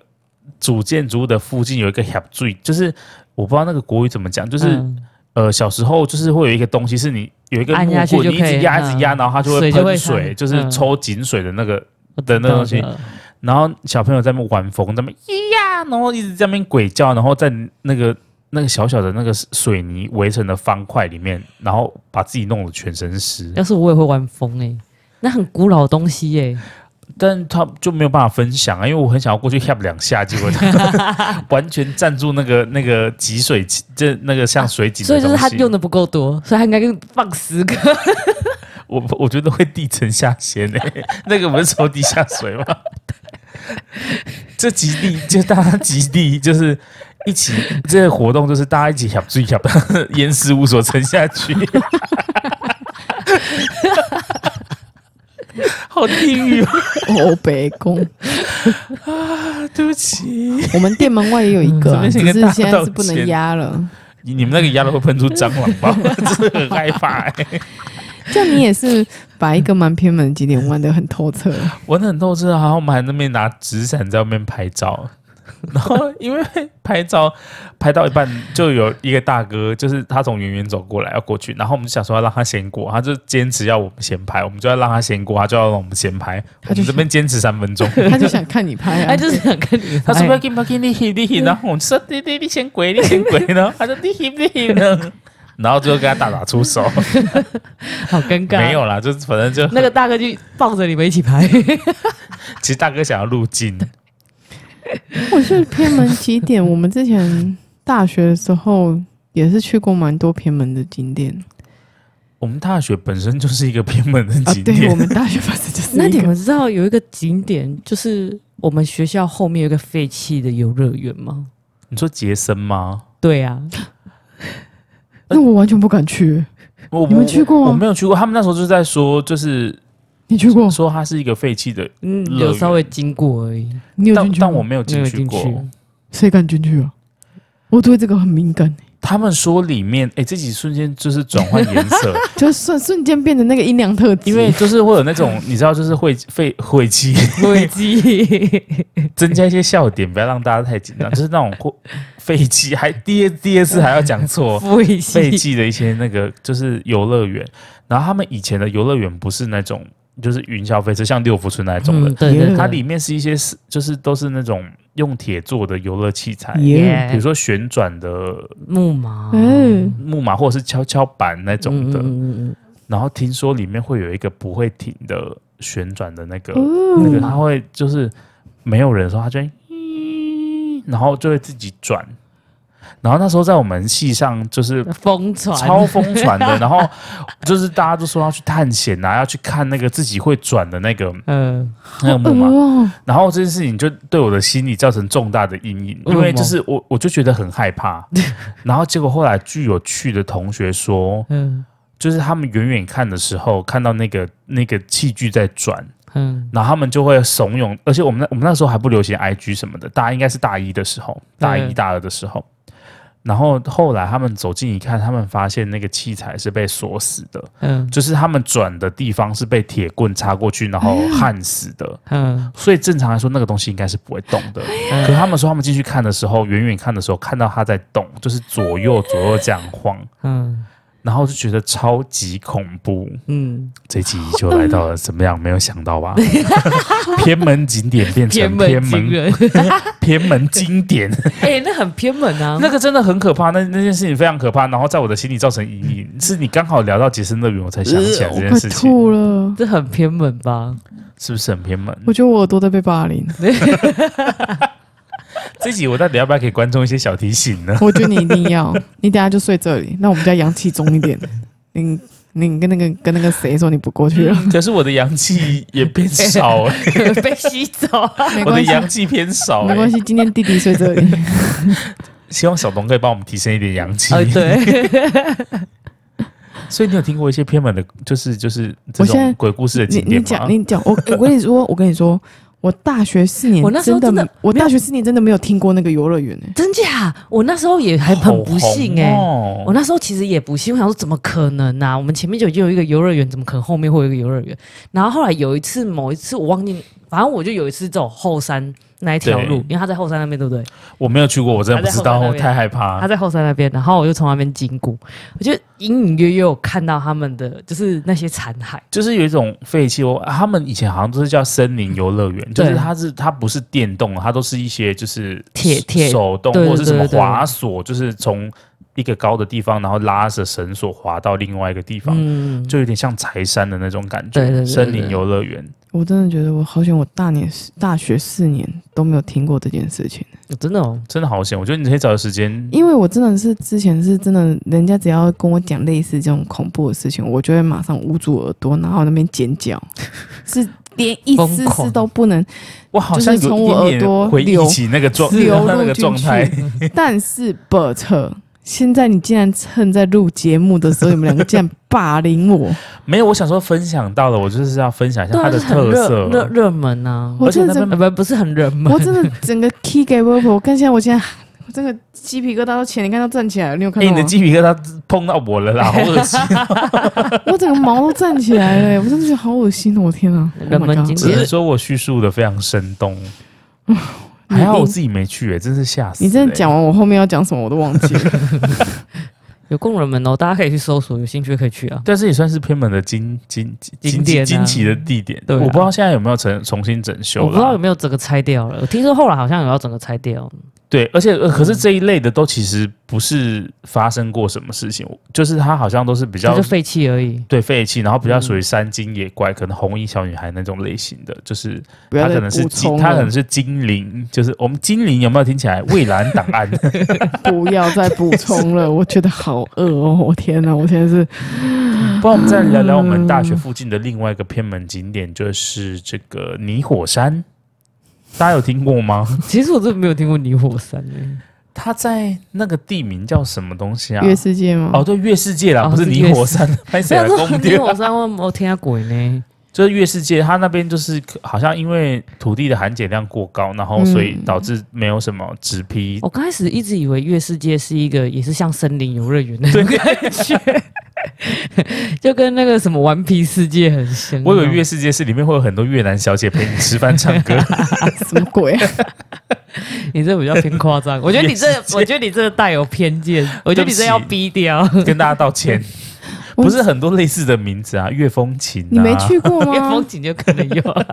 [SPEAKER 1] 主建筑物的附近有一个 h a p 最，就是我不知道那个国语怎么讲，就是、
[SPEAKER 2] 嗯
[SPEAKER 1] 呃小时候就是会有一个东西是你有一个
[SPEAKER 2] 按
[SPEAKER 1] 木
[SPEAKER 2] 下去
[SPEAKER 1] 棍，
[SPEAKER 2] 就
[SPEAKER 1] 你一直
[SPEAKER 2] 可以
[SPEAKER 1] 压一直压，
[SPEAKER 2] 嗯
[SPEAKER 1] 然后它就会
[SPEAKER 2] 水就
[SPEAKER 1] 喷
[SPEAKER 2] 会
[SPEAKER 1] 水，
[SPEAKER 2] 上
[SPEAKER 1] 就是
[SPEAKER 2] 嗯
[SPEAKER 1] 抽井水的那个。
[SPEAKER 2] 我
[SPEAKER 1] 的那个东西
[SPEAKER 2] 知道的
[SPEAKER 1] 然后小朋友在那边玩风，在那边咿呀，然后一直在那边鬼叫，然后在那个那个小小的那个水泥围成的方块里面，然后把自己弄得全身 湿，
[SPEAKER 2] 要是我也会玩疯哎、那很古老的东西欸耶、
[SPEAKER 1] 但他就没有办法分享啊，因为我很想要 过去 h a p 两下，结果他 完全站住那个那个集水器，这那个像水井
[SPEAKER 2] 所
[SPEAKER 1] 的
[SPEAKER 2] 以就
[SPEAKER 1] 东
[SPEAKER 2] 是他
[SPEAKER 1] 西，
[SPEAKER 2] 用的不够多，所以他应该放十个。
[SPEAKER 1] 我我觉得会地层下陷诶、那个不是抽地下水吗？这极力就大家极力就是一起这个活动，就是大家一起想注意想淹死无所沉下去， 好地狱哦！
[SPEAKER 3] 嗯欧北宫，
[SPEAKER 1] 对不起，
[SPEAKER 3] 我们店门外也有一个啊，
[SPEAKER 1] 嗯这
[SPEAKER 3] 只
[SPEAKER 1] 边是
[SPEAKER 3] 是
[SPEAKER 1] 一个大
[SPEAKER 3] 现在是不
[SPEAKER 1] 道
[SPEAKER 3] 能
[SPEAKER 1] 歉
[SPEAKER 3] 压了。
[SPEAKER 1] 你们那个鸭都会喷出蟑螂吧？ 真的很害怕、欸。
[SPEAKER 3] 这样你也是把一个蛮偏门的景点玩的很透 彻，
[SPEAKER 1] 玩的很透彻，然后我们还在那边拿纸伞在外面拍照，然后因为拍照拍到一半，就有一个大哥，就是他从远远走过来要过去，然后我们就想说要让他先过，他就坚持要我们先拍，我们就要让他先过，他就要让我们先拍，
[SPEAKER 3] 他
[SPEAKER 1] 我
[SPEAKER 3] 就
[SPEAKER 1] 们
[SPEAKER 3] 是
[SPEAKER 1] 这边坚持三分钟。
[SPEAKER 3] 他就想看你 拍
[SPEAKER 1] 哎
[SPEAKER 2] 他
[SPEAKER 3] 啊，
[SPEAKER 2] 就是想跟你拍，
[SPEAKER 1] 他说不要给不要给你你你，然后我们说你你你先滚你先滚，然后他说你你你呢，然后最后跟他大打出手，
[SPEAKER 2] 好尴尬。
[SPEAKER 1] 没有啦，就是反正就
[SPEAKER 2] 那个大哥就抱着你们一起 拍，
[SPEAKER 1] 其实大哥想要入境，
[SPEAKER 3] 我是偏门几点？我们之前大学的时候也是去过蛮多偏门的景点
[SPEAKER 1] 我们大学本身就是一个偏门的景
[SPEAKER 3] 啊。对，
[SPEAKER 1] 点
[SPEAKER 3] 我。们大学本身就是
[SPEAKER 2] 那
[SPEAKER 3] 一
[SPEAKER 2] 你
[SPEAKER 3] 个
[SPEAKER 2] 们知道有一个景点，就是我们学校后面有一个废弃的游乐园吗？
[SPEAKER 1] 你说杰森吗？
[SPEAKER 2] 对啊，
[SPEAKER 3] 那我完全不敢去，
[SPEAKER 1] 我
[SPEAKER 3] 你们去过吗
[SPEAKER 1] 我？我没有去过。他们那时候就在说，就是
[SPEAKER 3] 你去过？
[SPEAKER 1] 说它是一个废弃的，
[SPEAKER 2] 嗯，
[SPEAKER 1] 乐
[SPEAKER 2] 有
[SPEAKER 1] 园
[SPEAKER 2] 稍微经过而已，
[SPEAKER 3] 你有
[SPEAKER 1] 但
[SPEAKER 3] 进去吗？
[SPEAKER 1] 但我没有
[SPEAKER 2] 没
[SPEAKER 1] 进
[SPEAKER 2] 有
[SPEAKER 1] 去
[SPEAKER 2] 进
[SPEAKER 1] 过。
[SPEAKER 2] 去。
[SPEAKER 3] 谁敢进去啊？我对这个很敏感，
[SPEAKER 1] 他们说里面，哎、这几瞬间就是转换颜 色，
[SPEAKER 3] 就瞬瞬间变成那个阴凉特质。
[SPEAKER 1] 因为就是会有那种你知道，就是会废晦气，
[SPEAKER 2] 危机，
[SPEAKER 1] 增加一些笑点，不要让大家太紧 张，就是那种会废气，还第二第二次还要讲 错，
[SPEAKER 2] 危
[SPEAKER 1] 废
[SPEAKER 2] 机，
[SPEAKER 1] 弃的一些那个就是游乐园，然后他们以前的游乐园不是那种就是云霄飞车，像六福村那种的，
[SPEAKER 2] 嗯对对对，
[SPEAKER 1] 它里面是一些是就是都是那种用铁做的游乐器材，
[SPEAKER 3] 耶，
[SPEAKER 1] 比如说旋转的
[SPEAKER 2] 木马，
[SPEAKER 1] 哎
[SPEAKER 3] 嗯，
[SPEAKER 1] 木马或者是跷跷板那种的，
[SPEAKER 2] 嗯嗯嗯
[SPEAKER 1] 然后听说里面会有一个不会停的旋转的那个、
[SPEAKER 3] 哦
[SPEAKER 1] 那个，它会就是没有人的时候，它就会咦然后就会自己转。然后那时候在我们系上，就是
[SPEAKER 2] 嗯疯传，
[SPEAKER 1] 超疯传 的，然后就是大家都说要去探险啊，要去看那个自己会转的那个
[SPEAKER 2] 嗯，
[SPEAKER 1] 那个木马，
[SPEAKER 3] 哦，
[SPEAKER 1] 然后这件事情就对我的心理造成重大的阴影，
[SPEAKER 2] 为
[SPEAKER 1] 因为
[SPEAKER 2] 什么
[SPEAKER 1] 就是我我就觉得很害 怕，然后结果后来据有趣的同学说，
[SPEAKER 2] 嗯
[SPEAKER 1] 就是他们远远看的时候看到那个那个器具在转，
[SPEAKER 2] 嗯，
[SPEAKER 1] 然后他们就会怂恿，而且我们那我们那时候还不流行 IG 什么的，大家应该是大一的时候，大一
[SPEAKER 2] 对
[SPEAKER 1] 大二的时候。然后后来他们走近一看，他们发现那个器材是被锁死的，
[SPEAKER 2] 嗯
[SPEAKER 1] 就是他们转的地方是被铁棍插过去，然 后焊死的。
[SPEAKER 2] 嗯
[SPEAKER 1] 所以正常来说，那个东西应该是不会动的。可他们说，他们进去看的时候，远远看的时候看到它在动，就是左右左右这样晃，
[SPEAKER 2] 嗯
[SPEAKER 1] 然后就觉得超级恐怖。
[SPEAKER 2] 嗯，
[SPEAKER 1] 这集就来到了怎么样？没有想到 吧？偏门景点变
[SPEAKER 2] 偏
[SPEAKER 1] 成
[SPEAKER 2] 门
[SPEAKER 1] 偏
[SPEAKER 2] 惊
[SPEAKER 1] 门
[SPEAKER 2] 人，
[SPEAKER 1] 偏门经典，
[SPEAKER 2] 哎，那很偏门啊，
[SPEAKER 1] 那个真的很可怕。那那件事情非常可怕，然后在我的心里造成阴影。是你刚好聊到杰森乐嗯呃园，我才想起来这件
[SPEAKER 3] 快
[SPEAKER 1] 事情，
[SPEAKER 3] 吐了，
[SPEAKER 2] 这很偏门吧？
[SPEAKER 1] 是不是很偏门？
[SPEAKER 3] 我觉得我耳朵在被霸凌，
[SPEAKER 1] 这集我到底要不要给观众一些小提醒呢？
[SPEAKER 3] 我觉得你一定要，你等下就睡这里，那我们家阳气重一点，你你跟那个跟那个谁说你不过去了，
[SPEAKER 1] 可是我的阳 气也变少、欸，
[SPEAKER 2] 被吸走，
[SPEAKER 3] 没
[SPEAKER 1] 我的
[SPEAKER 3] 关系。
[SPEAKER 1] 阳气偏少、
[SPEAKER 3] 没关
[SPEAKER 1] 欸。
[SPEAKER 3] 系，今天弟弟睡这里。
[SPEAKER 1] 希望小龙可以帮我们提升一点阳气。
[SPEAKER 2] 呃，对，
[SPEAKER 1] 所以你有听过一些偏门的，就是就是这
[SPEAKER 3] 我现在
[SPEAKER 1] 种鬼故 事的
[SPEAKER 3] 你
[SPEAKER 1] 景
[SPEAKER 3] 你
[SPEAKER 1] 点
[SPEAKER 3] 讲
[SPEAKER 1] 吗？
[SPEAKER 3] 你讲，我我跟 你说，我跟你说，我大学四年
[SPEAKER 2] 我那时候
[SPEAKER 3] 真的
[SPEAKER 2] 真的
[SPEAKER 3] 我大学四年真的没有听过那个游乐园欸诶。
[SPEAKER 2] 真假？我那时候也还很不信哎、
[SPEAKER 1] 哦
[SPEAKER 2] 我那时候其实也不信，我想说怎么可能呢、啊？我们前面就已经有一个游乐园，怎么可能后面会有一个游乐园？然后后来有一次，某一次我忘记，反正我就有一次走后山那一条路
[SPEAKER 1] 对，
[SPEAKER 2] 因为他在后山那边，对不对？
[SPEAKER 1] 我没有去过，我真的不知道，
[SPEAKER 2] 他在后山那
[SPEAKER 1] 我
[SPEAKER 2] 边
[SPEAKER 1] 太害
[SPEAKER 2] 他
[SPEAKER 1] 怕。
[SPEAKER 2] 在后山那边，然后我就从那边经过，我就隐隐约约有看到他们的就是那些残骸，
[SPEAKER 1] 就是有一种废弃物，他们以前好像都是叫森林游乐园，就是
[SPEAKER 2] 对
[SPEAKER 1] 它是它不是电动，啊它都是一些就是
[SPEAKER 2] 铁铁
[SPEAKER 1] 手动
[SPEAKER 2] 对对
[SPEAKER 1] 或者是什么
[SPEAKER 2] 对对对
[SPEAKER 1] 滑索，就是从一个高的地方，然后拉着绳索滑到另外一个地方，
[SPEAKER 2] 嗯，
[SPEAKER 1] 就有点像柴山的那种感觉。
[SPEAKER 2] 对对对对对
[SPEAKER 1] 森林游乐园，
[SPEAKER 3] 我真的觉得我好险，我大年四大学四年都没有听过这件事情，
[SPEAKER 2] 真的哦，
[SPEAKER 1] 真的好险！我觉得你可以找个时间，
[SPEAKER 3] 因为我真的是之前是真的，人家只要跟我讲类似这种恐怖的事情，我就会马上捂住耳朵，然后那边 尖叫，是连一丝
[SPEAKER 2] 疯
[SPEAKER 3] 丝
[SPEAKER 2] 狂
[SPEAKER 3] 都不能。
[SPEAKER 1] 我好像
[SPEAKER 3] 就
[SPEAKER 1] 有
[SPEAKER 3] 是从我
[SPEAKER 1] 一点
[SPEAKER 3] 耳朵
[SPEAKER 1] 点回忆
[SPEAKER 3] 流
[SPEAKER 1] 起那个状
[SPEAKER 3] 流入
[SPEAKER 1] 那个状态。
[SPEAKER 3] 但是 but 现在你竟然趁在录节目的时候，你们两个竟然霸凌我，
[SPEAKER 1] 没有，我想说分享到了，我就是要分享一下
[SPEAKER 2] 对
[SPEAKER 1] 它
[SPEAKER 2] 啊，
[SPEAKER 1] 的
[SPEAKER 2] 就是很
[SPEAKER 1] 特
[SPEAKER 2] 热热
[SPEAKER 1] 色。
[SPEAKER 2] 热门啊，
[SPEAKER 3] 我
[SPEAKER 1] 而且
[SPEAKER 3] 真的
[SPEAKER 1] 那
[SPEAKER 3] 是
[SPEAKER 1] 边
[SPEAKER 2] 呃不不是很热门
[SPEAKER 3] 我，真的整 个 key 给我，我看现在我现在 我真的鸡皮疙瘩都起来，你看都站起来了，你有看
[SPEAKER 1] 哎，
[SPEAKER 3] 到
[SPEAKER 1] 你
[SPEAKER 3] 吗
[SPEAKER 1] 的？鸡皮疙瘩碰到我了啦，好恶心！啊
[SPEAKER 3] 我整个毛都站起 来了，我真的觉得好恶心哦！我天啊
[SPEAKER 2] 人
[SPEAKER 3] ，Oh my
[SPEAKER 2] 们
[SPEAKER 3] god
[SPEAKER 2] 经
[SPEAKER 1] 只
[SPEAKER 2] 济
[SPEAKER 1] 是说我叙述的非常生动，
[SPEAKER 3] 你
[SPEAKER 1] 还好我自己没去、欸，真是吓死、
[SPEAKER 3] 你真的讲，完，我后面要讲什么我都忘 记了。
[SPEAKER 2] 有供人们哦，大家可以去搜索，有兴趣可以去啊。
[SPEAKER 1] 但是也算是偏门的惊惊惊
[SPEAKER 2] 景点啊
[SPEAKER 1] 惊奇的地点。
[SPEAKER 2] 对啊
[SPEAKER 1] 我不知道现在有没有重重新整
[SPEAKER 2] 我
[SPEAKER 1] 修
[SPEAKER 2] 不知道有
[SPEAKER 1] 了。
[SPEAKER 2] 没有整个拆掉了，我听说后来好像有要整个拆掉。
[SPEAKER 1] 对，而且、呃可是这一类的都其实不是发生过什么事情，就是它好像都是比
[SPEAKER 2] 就
[SPEAKER 1] 较
[SPEAKER 2] 是废弃而已。
[SPEAKER 1] 对废弃，然后比较
[SPEAKER 2] 嗯
[SPEAKER 1] 属于山精野怪，可能红衣小女孩那种类型的，就是
[SPEAKER 3] 不要
[SPEAKER 1] 它
[SPEAKER 3] 再
[SPEAKER 1] 可能是
[SPEAKER 3] 补
[SPEAKER 1] 精，
[SPEAKER 3] 充
[SPEAKER 1] 它可
[SPEAKER 3] 了
[SPEAKER 1] 能，是精灵，就是我们精灵有没有听起来蔚蓝档 案？
[SPEAKER 3] 不要再补 充了，我觉得好饿哦！我天哪，我现在是
[SPEAKER 1] 不然我们再聊聊我们大学附近的另外一个偏门景点，就是这个泥火山。大家有听过吗？
[SPEAKER 2] 其实我真的没有听过泥火山、欸，
[SPEAKER 1] 他在那个地名叫什么东西啊？
[SPEAKER 3] 月世界吗？
[SPEAKER 1] 哦，对，月世界啦，
[SPEAKER 2] 哦
[SPEAKER 1] 不是
[SPEAKER 2] 是
[SPEAKER 1] 泥火山， 拍谁来
[SPEAKER 2] 不
[SPEAKER 1] 攻
[SPEAKER 2] 你
[SPEAKER 1] 掉？
[SPEAKER 2] 我山我我听下鬼呢，
[SPEAKER 1] 就是月世界，它那边就是好像因为土地的含碱量过高，然后所以
[SPEAKER 3] 嗯
[SPEAKER 1] 导致没有什么植批。
[SPEAKER 2] 我刚开始一直以为月世界是一个也是像森林游乐园的
[SPEAKER 1] 对
[SPEAKER 2] 感觉， 就跟那个什么顽皮世界很
[SPEAKER 3] 嗯
[SPEAKER 2] 像。
[SPEAKER 1] 我以为月世界是里面会有很多越南小姐陪你吃饭唱 歌，
[SPEAKER 3] 什么 鬼、啊？
[SPEAKER 2] 你这比较偏夸张，我觉得你这
[SPEAKER 1] 月世，界
[SPEAKER 2] 我觉得你这带有偏见，我觉得你这要 逼掉。
[SPEAKER 1] 跟大家道歉。
[SPEAKER 3] 我
[SPEAKER 1] 不是很多类似的名字啊，月风琴、啊。
[SPEAKER 3] 你没？去 过
[SPEAKER 2] 因为
[SPEAKER 3] 吗
[SPEAKER 2] 风？景就可能有，啊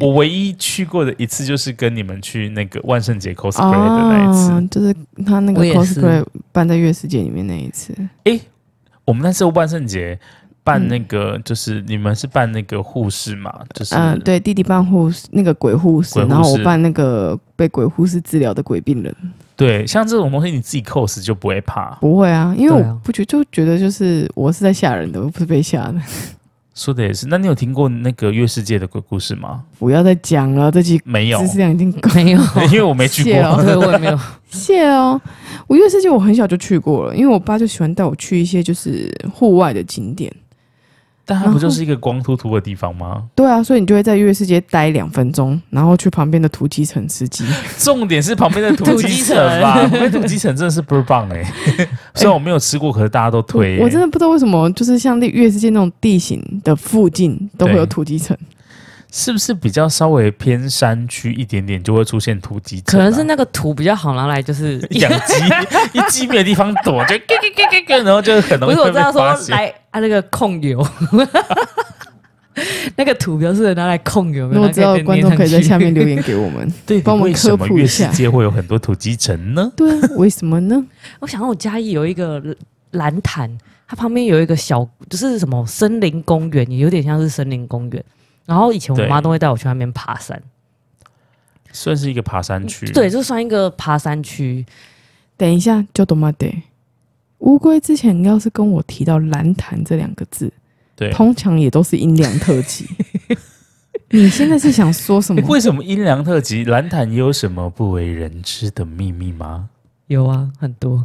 [SPEAKER 1] 我唯一去过的一次就是跟你们去那个万圣节 cosplay 的那一次。
[SPEAKER 3] 哦啊就是他那个
[SPEAKER 2] 我也是
[SPEAKER 3] cosplay 办在月世界里面那一次，
[SPEAKER 1] 我们那时候万圣节办
[SPEAKER 3] 嗯
[SPEAKER 1] 那个，就是你们是办那个护士嘛，就是
[SPEAKER 3] 嗯、对，弟弟办护士那个鬼护士
[SPEAKER 1] 鬼，护士
[SPEAKER 3] 然后我办那个被鬼护士治疗的鬼病人。
[SPEAKER 1] 对，像这种东西你自己 cos 就不会怕。
[SPEAKER 3] 不会啊，因为
[SPEAKER 2] 对啊
[SPEAKER 3] 我不觉就觉得就是我是在吓人的，我不是被吓的。
[SPEAKER 1] 说的也是。那你有听过那个月世界的鬼故事吗？
[SPEAKER 3] 不要再讲了，这集
[SPEAKER 1] 没有
[SPEAKER 3] 知，识量已经够。
[SPEAKER 2] 没有，
[SPEAKER 1] 因为我 没去
[SPEAKER 3] 谢
[SPEAKER 1] 过。
[SPEAKER 3] 哦
[SPEAKER 2] 对我 也没有。
[SPEAKER 3] 谢哦，我月世界我很小就去过了，因为我爸就喜欢带我去一些就是户外的景点。
[SPEAKER 1] 但它不 就是一个光秃秃的地方吗？
[SPEAKER 3] 对啊，所以你就会在月世界待两分钟，然后去旁边的土鸡城吃鸡。
[SPEAKER 1] 重点是旁边的土
[SPEAKER 2] 土
[SPEAKER 1] 鸡
[SPEAKER 2] 鸡
[SPEAKER 1] 城
[SPEAKER 2] 城
[SPEAKER 1] 吧？旁边土鸡城真的是倍儿棒 哎、虽然我没有吃过，可是大家都推、欸
[SPEAKER 3] 我真的不知道为什么，就是像月世界那种地形的附近都会
[SPEAKER 1] 对
[SPEAKER 3] 有土鸡城。
[SPEAKER 1] 是不是比较稍微偏山区一点点就会出现土鸡城
[SPEAKER 2] 可
[SPEAKER 1] 啊、
[SPEAKER 2] 能是那个图比较好拿来，就是
[SPEAKER 1] 养鸡，一鸡没有地方躲，就 咯咯咯咯咯然后就很容
[SPEAKER 2] 不
[SPEAKER 1] 易
[SPEAKER 2] 是我
[SPEAKER 1] 会
[SPEAKER 2] 这
[SPEAKER 1] 被
[SPEAKER 2] 样说
[SPEAKER 1] 发现。
[SPEAKER 2] 来啊那个控 油，那个图比较适合拿来控油。有没
[SPEAKER 3] 那
[SPEAKER 2] 有
[SPEAKER 3] 我知道观众可以在 下面留。
[SPEAKER 2] 拿来粘上去
[SPEAKER 3] 言给我们。
[SPEAKER 1] 对，
[SPEAKER 3] 帮我们
[SPEAKER 1] 为什么
[SPEAKER 3] 科普一
[SPEAKER 1] 月世
[SPEAKER 3] 下
[SPEAKER 1] 界会有很多土鸡城呢？
[SPEAKER 3] 对啊，为什么呢？
[SPEAKER 2] 我想到我嘉义有一个蓝潭，它旁边有一个小，就是什么森林公园，也有点像是森林公园。然后以前我
[SPEAKER 1] 对
[SPEAKER 2] 妈都会带我去那边爬山，
[SPEAKER 1] 算是一个爬山区。
[SPEAKER 2] 对，，就算一个爬山区。
[SPEAKER 3] 等一下，就懂吗？得。乌龟之前要是跟我提到“蓝潭”这两个字，
[SPEAKER 1] 对
[SPEAKER 3] 通常也都是音量 特辑。你现在是想说什么
[SPEAKER 1] 诶？为什么阴凉特辑蓝潭也有什么不为人知的秘密 吗？
[SPEAKER 2] 有啊，很多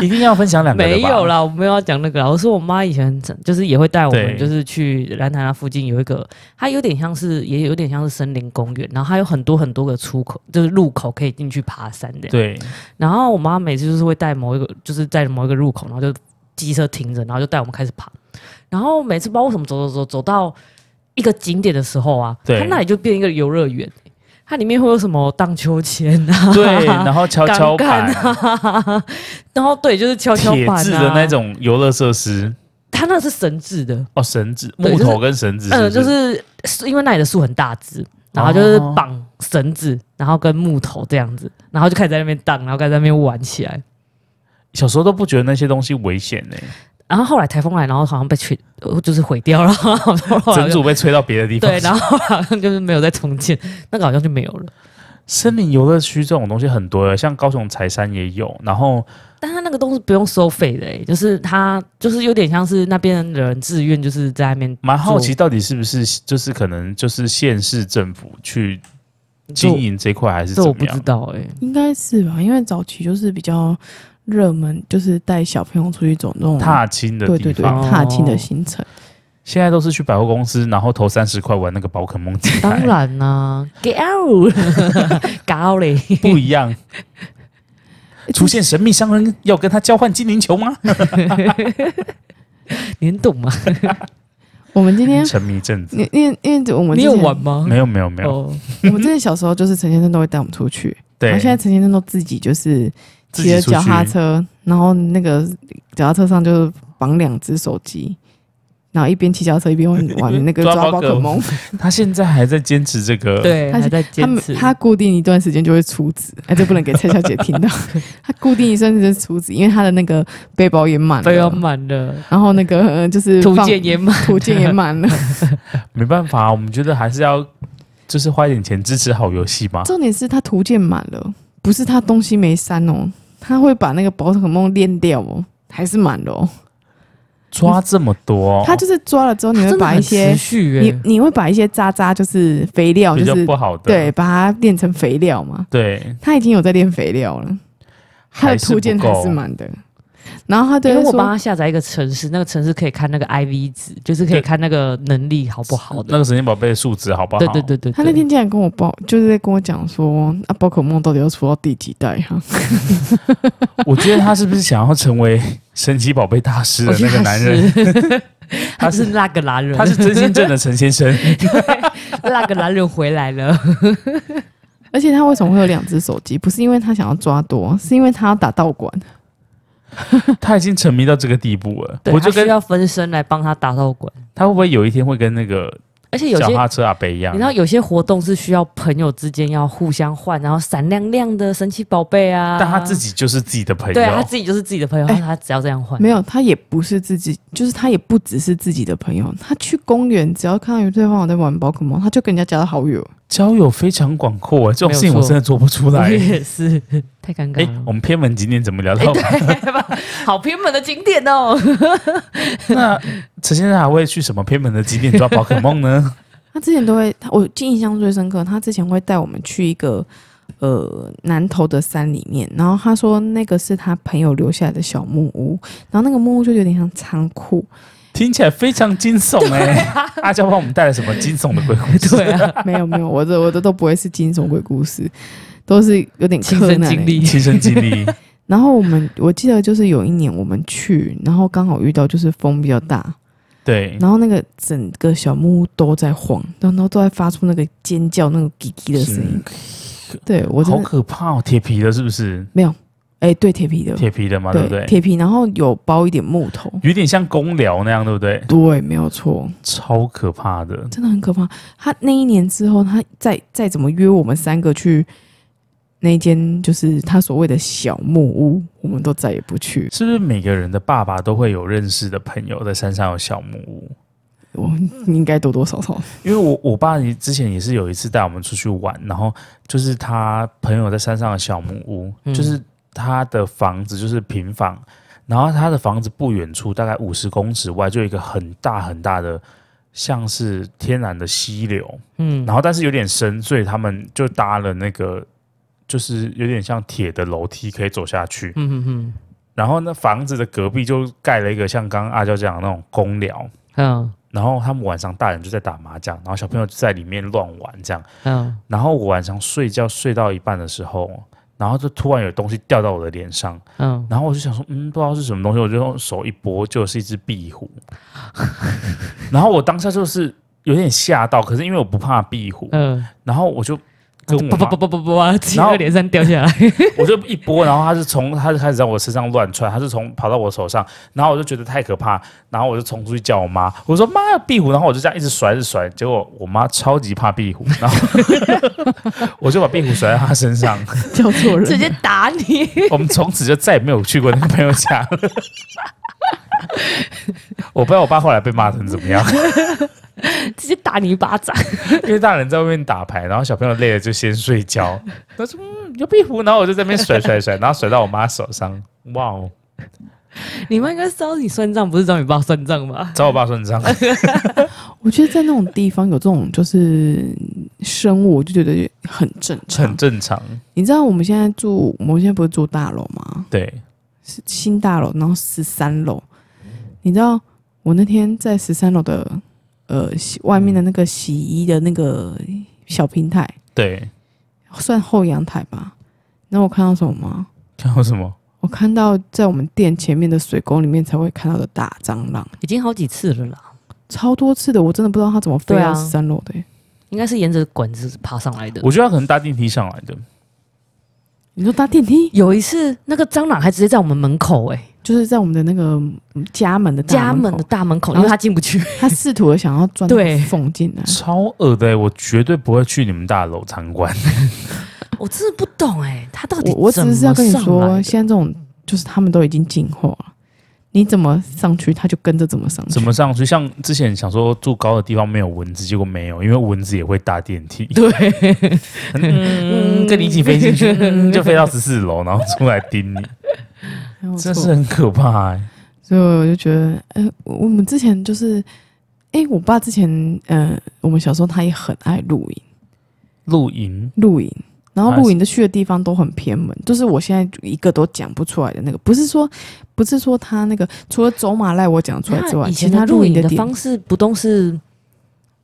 [SPEAKER 1] 一定要分享两个的吧
[SPEAKER 2] 没有，啦，我没有要讲那个啦。我说我妈以前就是也会带我
[SPEAKER 1] 对
[SPEAKER 2] 们，就是去蓝潭那附近有一个，它有点像是也有点像是森林公园，然后它有很多很多个出口，就是入口可以进去爬山的。
[SPEAKER 1] 对，
[SPEAKER 2] 然后我妈每次就是会带某一个，就是在某一个入口，然后就机车停着，然后就带我们开始爬。然后每次不知道为什么走走走走到一个景点的时候啊，
[SPEAKER 1] 对
[SPEAKER 2] 它那里就变一个游乐园，它里面会有什么荡秋千啊，
[SPEAKER 1] 对，然后 跷跷板、
[SPEAKER 2] 杠杆啊， 然后对，就是跷跷
[SPEAKER 1] 铁
[SPEAKER 2] 板、啊、
[SPEAKER 1] 制的那，种游乐设施，
[SPEAKER 2] 它那是绳制的，
[SPEAKER 1] 哦，绳子、
[SPEAKER 2] 对
[SPEAKER 1] 木
[SPEAKER 2] 就是
[SPEAKER 1] 头跟绳子，
[SPEAKER 2] 嗯，就是是因为那里的树很大只，然后就是
[SPEAKER 1] 哦
[SPEAKER 2] 绑绳子，然后跟木头这样子，然后就开始在那边荡，然后开始在那边玩起来。
[SPEAKER 1] 小时候都不觉得那些东西危险呢、
[SPEAKER 2] 然后后来台风来，然后好像被吹，呃就是毁掉了， 好像后来
[SPEAKER 1] 整
[SPEAKER 2] 就
[SPEAKER 1] 组被吹到别的地方。
[SPEAKER 2] 对，然后好像就是没有再重建，那个好像就没有了。
[SPEAKER 1] 森林游乐区这种东西很多、欸，像高雄柴山也有，然后
[SPEAKER 2] 但他那个都是不用收费的、欸，就是他就是有点像是那边的人自愿，就是在那边
[SPEAKER 1] 蛮好奇
[SPEAKER 2] 做
[SPEAKER 1] 到底是不是就是可能就是县市政府去经营这块还是
[SPEAKER 2] 这
[SPEAKER 1] 怎
[SPEAKER 2] 我
[SPEAKER 1] 么
[SPEAKER 2] 不知
[SPEAKER 1] 样？
[SPEAKER 2] 道 哎、欸
[SPEAKER 3] 应该是吧，因为早期就是比较热门，就是带小朋友出去走那种
[SPEAKER 1] 踏青的
[SPEAKER 3] 对
[SPEAKER 1] 地
[SPEAKER 3] 对对
[SPEAKER 1] 方，哦
[SPEAKER 3] 踏青的行程。
[SPEAKER 1] 现在都是去百货公司，然后投三十块玩那个宝可梦机
[SPEAKER 2] 当
[SPEAKER 1] 台，
[SPEAKER 2] 然啦、给 高嘞，
[SPEAKER 1] 不一
[SPEAKER 2] 哎
[SPEAKER 1] 样。出现神秘商人要跟他交换精灵球吗？
[SPEAKER 2] 你懂吗？
[SPEAKER 3] 我们今天，
[SPEAKER 1] 沉迷一阵子，
[SPEAKER 3] 因因因为我们
[SPEAKER 2] 你
[SPEAKER 3] 之
[SPEAKER 2] 有
[SPEAKER 3] 前
[SPEAKER 2] 玩，吗？
[SPEAKER 1] 没有没有没有，
[SPEAKER 2] 哦，
[SPEAKER 3] 我们之前小时候就是陈先生都会带我们出去，
[SPEAKER 1] 对
[SPEAKER 3] 然后，现在陈先生都自己就是
[SPEAKER 1] 自
[SPEAKER 3] 骑
[SPEAKER 1] 己
[SPEAKER 3] 着
[SPEAKER 1] 出去
[SPEAKER 3] 脚踏车，然后那个脚踏车上就是绑两只手机，然后一边骑脚踏车一边玩玩那个
[SPEAKER 1] 抓
[SPEAKER 3] 抓
[SPEAKER 1] 宝
[SPEAKER 3] 宝
[SPEAKER 1] 可
[SPEAKER 3] 可梦。
[SPEAKER 1] 他现在还在坚持这个，，
[SPEAKER 2] 对，
[SPEAKER 3] 他
[SPEAKER 2] 还在
[SPEAKER 3] 他
[SPEAKER 2] 坚
[SPEAKER 3] 们
[SPEAKER 2] 持。
[SPEAKER 3] 他固定一段时间就会出 纸，哎，这不能给蔡小姐听 到。他固定一段时间出纸，因为他的那个背包也满了，
[SPEAKER 2] 被要满了，
[SPEAKER 3] 然后那个、呃就是
[SPEAKER 2] 图
[SPEAKER 3] 放
[SPEAKER 2] 鉴 也满，
[SPEAKER 3] 图鉴也满了。
[SPEAKER 1] 没办法，我们觉得还是要就是花一点钱支持好游戏嘛。
[SPEAKER 3] 重点是他图鉴满了，不是他东西没删哦，他会把那个宝可梦练掉哦，还是满了哦。
[SPEAKER 1] 抓这么多，
[SPEAKER 3] 它就是抓了之后，你会把一些
[SPEAKER 2] 持续欸耶、
[SPEAKER 3] 你你会把一些渣渣就是肥料，
[SPEAKER 1] 比
[SPEAKER 3] 就
[SPEAKER 1] 较
[SPEAKER 3] 是
[SPEAKER 1] 不好的，
[SPEAKER 3] 对，把它练成肥料嘛。
[SPEAKER 1] 对，
[SPEAKER 3] 他已经有在练肥料了，他的
[SPEAKER 1] 还是
[SPEAKER 3] 图鉴
[SPEAKER 1] 不
[SPEAKER 3] 还
[SPEAKER 1] 够
[SPEAKER 3] 是满的。然后他
[SPEAKER 2] 因
[SPEAKER 3] 对
[SPEAKER 2] 为我
[SPEAKER 3] 说
[SPEAKER 2] 帮他下载一个城市，那个城市可以看那个 IV 值，就是可以
[SPEAKER 1] 对
[SPEAKER 2] 看那个能力好不好的。
[SPEAKER 1] 那个神奇宝贝的数值好不好？
[SPEAKER 2] 对对对对，
[SPEAKER 3] 他那天竟然跟我报，就是在跟我讲说，啊，宝可梦到底要出到第几代啊哈、
[SPEAKER 1] 我觉得他是不是想要成为神奇宝贝大师
[SPEAKER 2] 我
[SPEAKER 1] 的
[SPEAKER 2] 觉
[SPEAKER 1] 那
[SPEAKER 2] 得
[SPEAKER 1] 个男人？
[SPEAKER 2] 哦 他是，他
[SPEAKER 1] 他是
[SPEAKER 2] 是那个男人，
[SPEAKER 1] 他是真心正的陈先生，
[SPEAKER 2] 那个男人回来 了。
[SPEAKER 3] 而且他为什么会有两只手机？不是因为他想要抓多，是因为他要打道馆。
[SPEAKER 1] 嗯他已经沉迷到这个地步了。
[SPEAKER 2] 对，
[SPEAKER 1] 我就
[SPEAKER 2] 他
[SPEAKER 1] 跟
[SPEAKER 2] 需要分身来帮他打道馆，
[SPEAKER 1] 他会不会有一天会跟那个
[SPEAKER 2] 而且有
[SPEAKER 1] 小
[SPEAKER 2] 些
[SPEAKER 1] 哈车阿北一样
[SPEAKER 2] 你知？道有些活动是需要朋友之间要互相换，然后闪亮亮的神奇宝贝啊。
[SPEAKER 1] 但他自己就是自己的朋友，
[SPEAKER 2] 对啊，他自己就是自己的朋友，
[SPEAKER 3] 哎
[SPEAKER 2] 他只要这样换。
[SPEAKER 3] 没有，他也不是自己，就是他也不只是自己的朋友。他去公园，只要看到有对方有在玩宝可梦，他就跟人家加了好友。
[SPEAKER 1] 交友非常广阔，这种事情我真的做不出
[SPEAKER 2] 我
[SPEAKER 1] 来。
[SPEAKER 2] 也是，太尴尬
[SPEAKER 1] 哎、
[SPEAKER 2] 了。
[SPEAKER 1] 我们偏门景点怎么聊到？
[SPEAKER 2] 好偏门的景点哦。
[SPEAKER 1] 那陈先生还会去什么偏门的景点抓宝可梦 呢？
[SPEAKER 3] 他之前都会，他我印象最深刻，他之前会带我们去一个呃南投的山里面，然后他说那个是他朋友留下来的小木屋，然后那个木屋就有点像仓库，
[SPEAKER 1] 听起来非常惊悚哎、
[SPEAKER 3] 啊
[SPEAKER 1] 阿娇帮我们带来什么惊悚的鬼故 事？
[SPEAKER 2] 对啊，
[SPEAKER 3] 没有没有，我的我的都不会是惊悚鬼故事，都是有点
[SPEAKER 2] 亲
[SPEAKER 3] 柯
[SPEAKER 2] 身
[SPEAKER 3] 南
[SPEAKER 2] 经
[SPEAKER 3] 欸
[SPEAKER 2] 历
[SPEAKER 1] 亲身经历，
[SPEAKER 3] 然后我们我记得就是有一年我们去，然后刚好遇到就是风比较大，
[SPEAKER 1] 对，
[SPEAKER 3] 然后那个整个小木屋都在晃，然后都在发出那个尖叫 那个叽叽的声音。对我
[SPEAKER 1] 嗯
[SPEAKER 3] 真
[SPEAKER 1] 好
[SPEAKER 3] 的
[SPEAKER 1] 可怕哦！铁皮的，是不是？
[SPEAKER 3] 没有，哎、对铁皮的，
[SPEAKER 1] 铁皮的嘛，对不对？
[SPEAKER 3] 铁皮，然后有包一点木头。
[SPEAKER 1] 有点像公聊那样，对不对？
[SPEAKER 3] 对，没有错，
[SPEAKER 1] 超可怕的，
[SPEAKER 3] 真的很可怕。他那一年之后，他再再怎么约我们三个去那间就是他所谓的小木屋，我们都再也不去。
[SPEAKER 1] 是不是每个人的爸爸都会有认识的朋友在山上有小木屋？
[SPEAKER 3] 我应该多多少少
[SPEAKER 1] 因为我我爸也之前也是有一次带我们出去玩，然后就是他朋友在山上的小木屋，
[SPEAKER 2] 嗯
[SPEAKER 1] 就是他的房子就是平房，然后他的房子不远处大概五十公尺外就有一个很大很大的像是天然的溪流，
[SPEAKER 2] 嗯，
[SPEAKER 1] 然后但是有点深，所以他们就搭了那个就是有点像铁的楼梯可以走下去，
[SPEAKER 2] 嗯嗯嗯
[SPEAKER 1] 然后那房子的隔壁就盖了一个像刚刚阿娇讲的那种公寮，
[SPEAKER 2] 嗯
[SPEAKER 1] 然后他们晚上大人就在打麻将，然后小朋友就在里面乱玩这样。
[SPEAKER 2] 嗯，
[SPEAKER 1] 然后我晚上睡觉睡到一半的时候，然后就突然有东西掉到我的脸上，
[SPEAKER 2] 嗯，
[SPEAKER 1] 然后我就想说，嗯，不知道是什么东西，我就用手一拨，就是一只壁虎。然后我当下就是有点吓到，可是因为我不怕壁虎，
[SPEAKER 2] 嗯，
[SPEAKER 1] 然后我就跟我
[SPEAKER 2] 不不
[SPEAKER 1] 妈
[SPEAKER 2] 不，不不不，啊自己
[SPEAKER 1] 然后
[SPEAKER 2] 的脸上掉下来，
[SPEAKER 1] 我就一拨，然后它是从它就开始在我身上乱窜，它是从跑到我手上，然后我就觉得太可怕，然后我就冲出去叫我妈，我说妈有壁虎，然后我就这样一直甩，一直甩，结果我妈超级怕壁虎，然后我就把壁虎甩在她身上，
[SPEAKER 3] 叫错人，
[SPEAKER 2] 直接打你。
[SPEAKER 1] 我们从此就再也没有去过那个朋友家了。我不知道我爸后来被骂成怎么样，
[SPEAKER 2] 直接打你一巴掌。
[SPEAKER 1] 因为大人在外面打牌，然后小朋友累了就先睡觉。他说：“嗯，有壁虎。”然后我就在那边甩甩甩，然后甩到我妈手上。哇哦，
[SPEAKER 2] 你们应该是找你算账，不是找你爸算账吧？
[SPEAKER 1] 找我爸算账。
[SPEAKER 3] 我觉得在那种地方有这种就是生物，我就觉得很正常
[SPEAKER 1] 很。正常。
[SPEAKER 3] 你知道我们现在住，我们现在不是住大楼吗？
[SPEAKER 1] 对，
[SPEAKER 3] 是新大楼，然后十三楼。你知道我那天在十三楼的呃洗外面的那个洗衣的那个小平台，
[SPEAKER 1] 对，
[SPEAKER 3] 算后阳台吧。那我看到什么吗？
[SPEAKER 1] 看到什么？
[SPEAKER 3] 我看到在我们店前面的水沟里面才会看到的大蟑螂，
[SPEAKER 2] 已经好几次了啦，
[SPEAKER 3] 超多次的，我真的不知道它怎么飞
[SPEAKER 2] 对
[SPEAKER 3] 到
[SPEAKER 2] 啊
[SPEAKER 3] 十三楼的、欸
[SPEAKER 2] 应该是沿着管子爬上来的。
[SPEAKER 1] 我觉得他可能搭电梯上来的。
[SPEAKER 3] 你说搭电梯，
[SPEAKER 2] 有一次，那个蟑螂还直接在我们门口、欸，
[SPEAKER 3] 就是在我们的那个嗯家门的大
[SPEAKER 2] 家
[SPEAKER 3] 门
[SPEAKER 2] 门
[SPEAKER 3] 口
[SPEAKER 2] 的大门口，
[SPEAKER 3] 然后
[SPEAKER 2] 因为它进不去。
[SPEAKER 3] 他试图地想要钻那个
[SPEAKER 2] 对
[SPEAKER 3] 缝进来，
[SPEAKER 1] 超恶的、欸，我绝对不会去你们大楼参 观。
[SPEAKER 2] 我真的不懂、欸，哎，它到底
[SPEAKER 3] 我我
[SPEAKER 2] 怎
[SPEAKER 3] 只是要
[SPEAKER 2] 么
[SPEAKER 3] 跟你
[SPEAKER 2] 上
[SPEAKER 3] 说，
[SPEAKER 2] 来的
[SPEAKER 3] 现在这种就是他们都已经进化了，你怎么上去，他就跟着怎么上去。
[SPEAKER 1] 怎么上去？像之前想说住高的地方没有蚊子，结果没有，因为蚊子也会搭电梯。对， 嗯，跟你一起飞进 去，嗯就飞到十四楼，然后出来叮你，
[SPEAKER 3] 没有
[SPEAKER 1] 真
[SPEAKER 3] 错
[SPEAKER 1] 是很可怕、欸。
[SPEAKER 3] 所以我就觉得，呃，我我们之前就是，哎、我爸之前，呃，我们小时候他也很爱露营，
[SPEAKER 1] 露营
[SPEAKER 3] 露营，然后
[SPEAKER 1] 还
[SPEAKER 3] 露
[SPEAKER 1] 是
[SPEAKER 3] 营的去的地方都很偏门，就是我现在一个都讲不出来的那个，不是说，不是说他那个，除了走马赖我讲出来之
[SPEAKER 2] 那
[SPEAKER 3] 外，
[SPEAKER 2] 以
[SPEAKER 3] 其
[SPEAKER 2] 前
[SPEAKER 3] 他
[SPEAKER 2] 的露
[SPEAKER 3] 营
[SPEAKER 2] 营的
[SPEAKER 3] 点
[SPEAKER 2] 方式不都是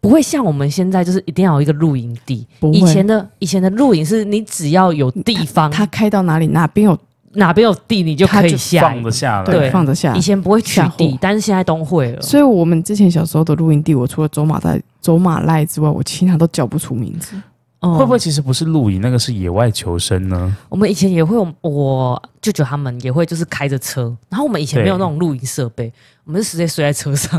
[SPEAKER 2] 不会像我们现在就是一定要有一个露营地。
[SPEAKER 3] 不会
[SPEAKER 2] 以前的以前的露营是你只要有地方，
[SPEAKER 3] 他开到哪里哪边有
[SPEAKER 2] 哪边有地你就可以下
[SPEAKER 1] 放。得下来，
[SPEAKER 2] 对
[SPEAKER 3] 放得下
[SPEAKER 2] 以，前不会取
[SPEAKER 3] 下
[SPEAKER 2] 地
[SPEAKER 3] 货，
[SPEAKER 2] 但是现在都会了。
[SPEAKER 3] 所以我们之前小时候的露营地，我除了走马赖走马赖之外，我其他都叫不出名字。
[SPEAKER 2] 嗯
[SPEAKER 1] 会不会其实不是露营，那个是野外求生呢？
[SPEAKER 2] 我们以前也会，我我舅舅他们也会就是开着车，然后我们以前
[SPEAKER 1] 对
[SPEAKER 2] 没有那种露营设备，我们是直接睡在车 上，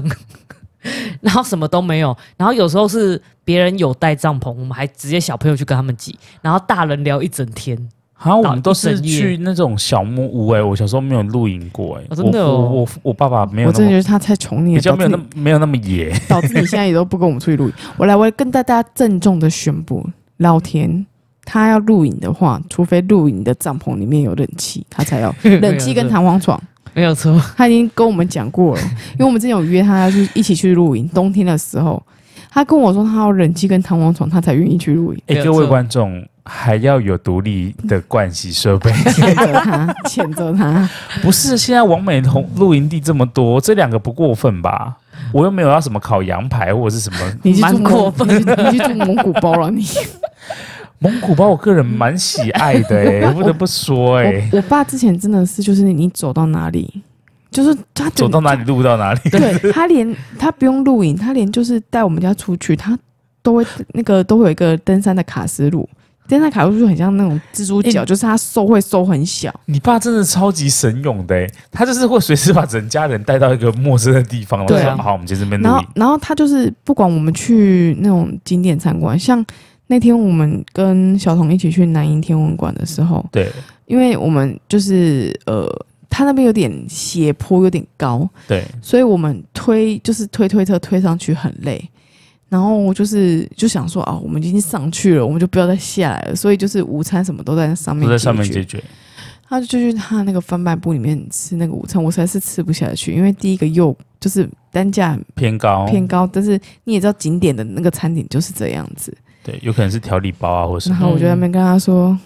[SPEAKER 2] 然后什么都没有，然后有时候是别人有带帐篷，我们还直接小朋友去跟他们挤，然后大人聊一整 天。
[SPEAKER 1] 好像我们都
[SPEAKER 2] 一
[SPEAKER 1] 是
[SPEAKER 2] 整夜
[SPEAKER 1] 去那种小木屋哎、我小时候没有露营过哎、
[SPEAKER 2] 哦真的哦
[SPEAKER 1] 我我我我爸爸没有
[SPEAKER 3] 我
[SPEAKER 1] 那
[SPEAKER 3] 真的
[SPEAKER 1] 么
[SPEAKER 3] 觉得他太宠你
[SPEAKER 1] 比
[SPEAKER 3] 了，
[SPEAKER 1] 较
[SPEAKER 3] 导
[SPEAKER 1] 没
[SPEAKER 3] 致
[SPEAKER 1] 有那
[SPEAKER 3] 你
[SPEAKER 1] 么没有那么野，
[SPEAKER 3] 导 致你现在也都不跟我们出去露营。我来，我跟大家郑重的宣布，老田他要露营的话，除非露营的帐篷里面有冷气，他才要
[SPEAKER 1] 啊
[SPEAKER 3] 冷气跟弹簧床。
[SPEAKER 2] 没有错，
[SPEAKER 3] 他已经跟我们
[SPEAKER 1] 。
[SPEAKER 3] 讲过了，因为我们之前有约他要去一起去露营，冬天的时候。他跟我说他有冷气跟弹簧床，他才愿意去露营
[SPEAKER 1] 哎、
[SPEAKER 2] 没有
[SPEAKER 1] 各位
[SPEAKER 2] 错
[SPEAKER 1] 观众还要有独立的盥洗设备。
[SPEAKER 3] 谴责他，谴责他。
[SPEAKER 1] 不是，现在王美同露营地这么多，这两个不过分吧？我又没有要什么烤羊排或者是什 么
[SPEAKER 3] 你去
[SPEAKER 2] 蛮
[SPEAKER 3] 住蒙
[SPEAKER 2] 过分
[SPEAKER 3] 你去 你去住蒙古包了你。
[SPEAKER 1] 蒙古包，我个人蛮喜爱的 哎、我不得不说哎、
[SPEAKER 3] 我我爸之前真的是，就是你走到哪里，就是他
[SPEAKER 1] 走到哪里录到哪里，
[SPEAKER 3] 对他连他不用露营，他连就是带我们家出去，他都会那个都会有一个登山的卡斯路，登山卡斯路就很像那种蜘蛛脚，就是它收会收很小。
[SPEAKER 1] 你爸真的超级神勇的、欸，他就是会随时把整家人带到一个陌生的地方，然后
[SPEAKER 2] 对
[SPEAKER 1] 说、
[SPEAKER 2] 啊
[SPEAKER 1] 好，我们今天这边
[SPEAKER 3] 然
[SPEAKER 1] 露
[SPEAKER 3] 后
[SPEAKER 1] 营。
[SPEAKER 3] 然后他就是不管我们去那种景点参观，像那天我们跟小童一起去南瀛天文馆的时候，
[SPEAKER 1] 对
[SPEAKER 3] 因为我们就是呃，他那边有点斜坡，有点高，
[SPEAKER 1] 对，
[SPEAKER 3] 所以我们推就是推推车推上去很累，然后我就是就想说啊，我们已经上去了，我们就不要再下来了，所以就是午餐什么都在那上面
[SPEAKER 1] 都在上面
[SPEAKER 3] 解决
[SPEAKER 1] 解决。
[SPEAKER 3] 他就去他那个翻白部里面吃那个午餐，我实在是吃不下去，因为第一个又就是单价
[SPEAKER 1] 偏高，
[SPEAKER 3] 偏高，但是你也知道景点的那个餐点就是这样子，
[SPEAKER 1] 对，有可能是调理包啊，或是
[SPEAKER 3] 然后我就在那边跟他说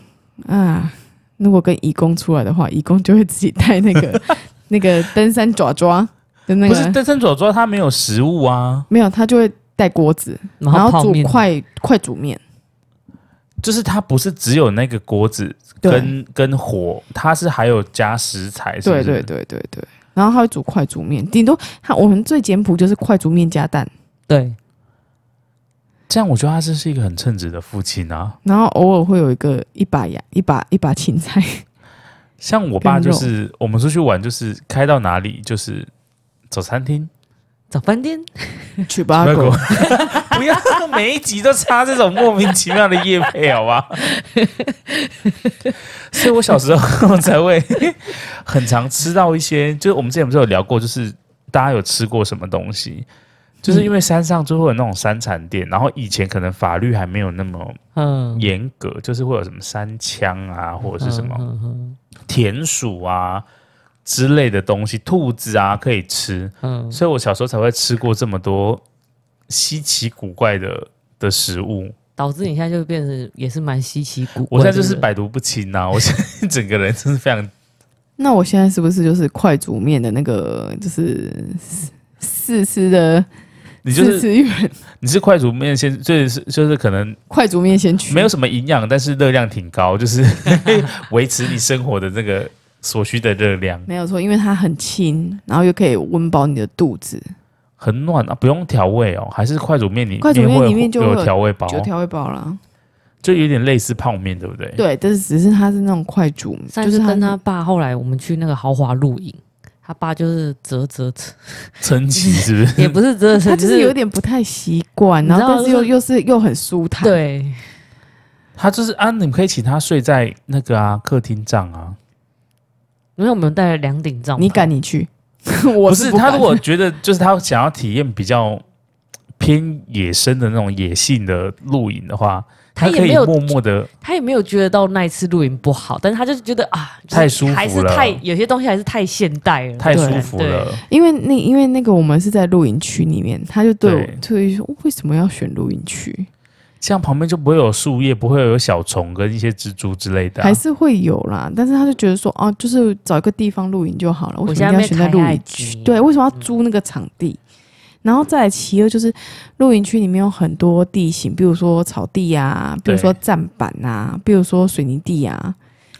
[SPEAKER 3] 啊，如果跟义工出来的话，义工就会自己带 那个那个登山爪爪的那
[SPEAKER 1] 不是
[SPEAKER 3] 个，
[SPEAKER 1] 登山爪爪，它没有食物啊，
[SPEAKER 3] 没有，他就会带锅子。
[SPEAKER 2] 然
[SPEAKER 3] 然
[SPEAKER 2] 泡
[SPEAKER 3] 后煮
[SPEAKER 2] 面
[SPEAKER 3] 快快煮面，
[SPEAKER 1] 就是它不是只有那个锅子
[SPEAKER 3] 对
[SPEAKER 1] 跟跟火，它是还有加食材，是不
[SPEAKER 3] 对
[SPEAKER 1] 是
[SPEAKER 3] 对对对对。然后他会煮快煮面，顶多他我们最简朴就是快煮面加蛋，
[SPEAKER 2] 对，
[SPEAKER 1] 这样我觉得他真是一个很称职的父亲啊。
[SPEAKER 3] 然后偶尔会有一个一把牙一把一把 芹菜，
[SPEAKER 1] 像我爸就是，我们出去玩就是开到哪里就是走餐厅，
[SPEAKER 2] 早饭店
[SPEAKER 3] 取巴 狗，
[SPEAKER 1] 不要每一集都插这种莫名其妙的夜配，好吧？ 所以我小时候才会很常吃到一些，就是我们之前不是有聊过，就是大家有吃过什么东西，就是因为山上就会有那种山产店，然后以前可能法律还没有那么
[SPEAKER 2] 嗯，
[SPEAKER 1] 严格，就是会有什么山枪啊，或者是什么
[SPEAKER 2] 嗯？嗯
[SPEAKER 1] 田鼠啊之类的东西，兔子啊可以吃，
[SPEAKER 2] 嗯
[SPEAKER 1] 所以我小时候才会吃过这么多稀奇古怪的的食物。
[SPEAKER 2] 导致你现在就变成也是蛮稀奇古怪的人。
[SPEAKER 1] 我现在就是百毒不侵呐、我现在 整个人真是非常
[SPEAKER 3] 那我现在是不是就是快煮面的那个就是四四的
[SPEAKER 1] 你就
[SPEAKER 3] 四
[SPEAKER 1] 是
[SPEAKER 3] 四元
[SPEAKER 1] 你是快煮面先，就是就是可能
[SPEAKER 3] 快煮面先去？
[SPEAKER 1] 没有什么营养，但是热量挺高，就是 维持你生活的那个所需的热量，
[SPEAKER 3] 没有错，因为它很轻，然后又可以温饱你的肚子，
[SPEAKER 1] 很暖啊，不用调味哦，还是快煮面里
[SPEAKER 3] 快煮面
[SPEAKER 1] 会
[SPEAKER 3] 里面就会
[SPEAKER 1] 有
[SPEAKER 3] 有
[SPEAKER 1] 调味包，啊
[SPEAKER 3] 就调味饱啦。
[SPEAKER 1] 就有点类似泡面，对不对？
[SPEAKER 3] 对， 但是只是它是那种快煮，
[SPEAKER 2] 上
[SPEAKER 3] 就
[SPEAKER 2] 次
[SPEAKER 3] 是
[SPEAKER 2] 跟他爸后来我们去那个豪华露营，他爸就是折折折，
[SPEAKER 1] 撑起是不是？
[SPEAKER 2] 也不是折折，
[SPEAKER 3] 他
[SPEAKER 2] 只
[SPEAKER 3] 就是有点不太习惯，
[SPEAKER 2] 你知
[SPEAKER 3] 然
[SPEAKER 2] 道
[SPEAKER 3] 后但是又
[SPEAKER 2] 就是
[SPEAKER 3] 又是又很舒坦。，
[SPEAKER 2] 对，
[SPEAKER 1] 他就是啊，你们可以请他睡在那个啊客厅帐啊。
[SPEAKER 2] 因为我们带了两顶帐篷，
[SPEAKER 3] 你敢 你去，我
[SPEAKER 1] 不
[SPEAKER 3] 是
[SPEAKER 1] 是
[SPEAKER 3] 不敢
[SPEAKER 1] 他，如果觉得就是他想要体验比较偏野生的那种野性的露营的话，
[SPEAKER 2] 他也
[SPEAKER 1] 可
[SPEAKER 2] 没
[SPEAKER 1] 以
[SPEAKER 2] 有
[SPEAKER 1] 默默的，
[SPEAKER 2] 他也没有觉得到那一次露营不好，但是他就是觉得啊，就是
[SPEAKER 1] 太舒服了
[SPEAKER 2] 还是太有些东西还是太现代了，
[SPEAKER 1] 太舒
[SPEAKER 2] 对
[SPEAKER 1] 服。了。
[SPEAKER 3] 因为那因为那个我们是在露营区里面，他就对我
[SPEAKER 1] 对
[SPEAKER 3] 特意说为什么要选露营区，
[SPEAKER 1] 这样旁边就不会有树叶，不会有小虫跟一些蜘蛛之类的啊、
[SPEAKER 3] 还是会有啦，但是他就觉得说哦、就是找一个地方露营就好了，为
[SPEAKER 2] 我
[SPEAKER 3] 什么
[SPEAKER 2] 现
[SPEAKER 3] 一定
[SPEAKER 2] 在在
[SPEAKER 3] 要选在露
[SPEAKER 2] 开
[SPEAKER 3] 营区？对，为什么要租那个场地？然后再来其二就是，露营区里面有很多地形，比如说草地啊，比如说
[SPEAKER 1] 对
[SPEAKER 3] 站板啊，比如说水泥地啊，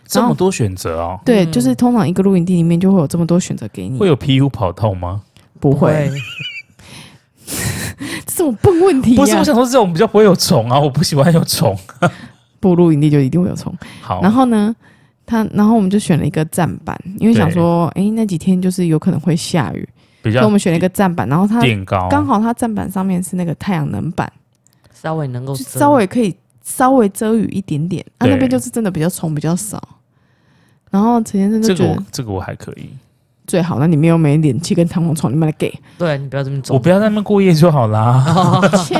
[SPEAKER 1] 这么多选择哦，
[SPEAKER 3] 对，
[SPEAKER 2] 嗯
[SPEAKER 3] 就是通常一个露营地里面就会有这么多选择给你，
[SPEAKER 1] 会有 PU 跑道吗？
[SPEAKER 3] 不
[SPEAKER 2] 不
[SPEAKER 3] 会？
[SPEAKER 2] 会，
[SPEAKER 3] 这种笨问题、呀
[SPEAKER 1] 不是，我想说这种比较不会有虫啊，我不喜欢有虫。
[SPEAKER 3] 不露营地就一定会有虫。
[SPEAKER 1] 好，
[SPEAKER 3] 然后呢，他然后我们就选了一个站板，因为想
[SPEAKER 1] 对
[SPEAKER 3] 说，诶，那几天就是有可能会下雨，
[SPEAKER 1] 比
[SPEAKER 3] 所以
[SPEAKER 1] 较
[SPEAKER 3] 我们选了一个站板，然后它
[SPEAKER 1] 垫高，
[SPEAKER 3] 刚好它站板上面是那个太阳能板，
[SPEAKER 2] 稍微能够
[SPEAKER 3] 就
[SPEAKER 2] 遮
[SPEAKER 3] 稍微可以稍微遮雨一点点。啊，
[SPEAKER 1] 啊对
[SPEAKER 3] 那边就是真的比较虫比较少。然后陈先生就
[SPEAKER 1] 这
[SPEAKER 3] 觉
[SPEAKER 1] 个
[SPEAKER 3] 得
[SPEAKER 1] 我这个我还可以，
[SPEAKER 3] 最好，那里面又没冷气跟弹簧床，你买来 给。
[SPEAKER 2] 对你不要这么走，
[SPEAKER 1] 我不要在那边过夜就好啦。
[SPEAKER 3] 切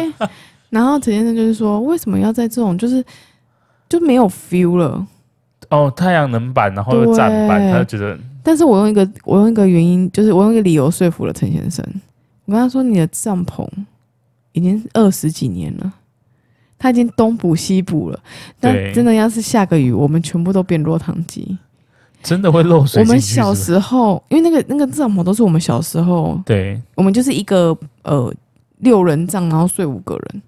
[SPEAKER 3] 然后陈先生就是说，为什么要在这种就是就没有 feel 了？
[SPEAKER 1] 哦，太阳能板，然后又站板，
[SPEAKER 3] 对
[SPEAKER 1] 他就觉得
[SPEAKER 3] 但是我用一个我用一个原因，就是我用一个理由说服了陈先生。我跟他说，你的帐篷已经二十几年了，他已经东补西补了。但
[SPEAKER 1] 对
[SPEAKER 3] 真的要是下个雨，我们全部都变落汤鸡。
[SPEAKER 1] 真的会漏水
[SPEAKER 3] 我
[SPEAKER 1] 进
[SPEAKER 3] 们
[SPEAKER 1] 去是
[SPEAKER 3] 小
[SPEAKER 1] 不是。
[SPEAKER 3] 时候，因为那个那个帐篷都是我们小时候，
[SPEAKER 1] 对，
[SPEAKER 3] 我们就是一个呃六人帐，然后睡五个人。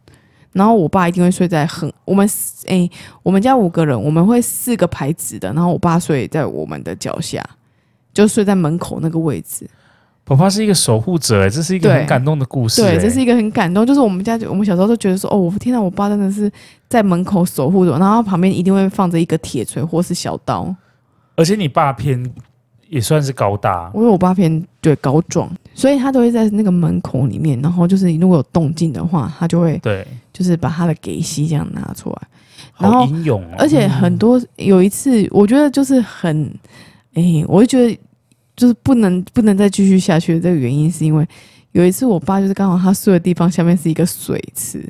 [SPEAKER 3] 然后我爸一定会睡在很我们哎、我们家五个人，我们会四个排子的，然后我爸睡在我们的脚下，就睡在门口那个位置。
[SPEAKER 1] 爸爸是一个守护者，哎这是一个
[SPEAKER 3] 对
[SPEAKER 1] 很感动的故事。哎
[SPEAKER 3] 对，这是一个很感动，就是我们家我们小时候都觉得说，哦，我天哪，我爸真的是在门口守护着我，然后旁边一定会放着一个铁锤或是小刀。
[SPEAKER 1] 而且你爸偏也算是高大，
[SPEAKER 3] 我有我爸偏对高壮，所以他都会在那个门口里面，然后就是如果有动静的话，他就会
[SPEAKER 1] 对，
[SPEAKER 3] 就是把他的给息这样拿出来。然
[SPEAKER 1] 好
[SPEAKER 3] 后
[SPEAKER 1] 英勇哦。
[SPEAKER 3] 而且很多、有一次，我觉得就是很，哎、我就觉得就是不能不能再继续下去的这个原因，是因为有一次我爸就是刚好他睡的地方下面是一个水池，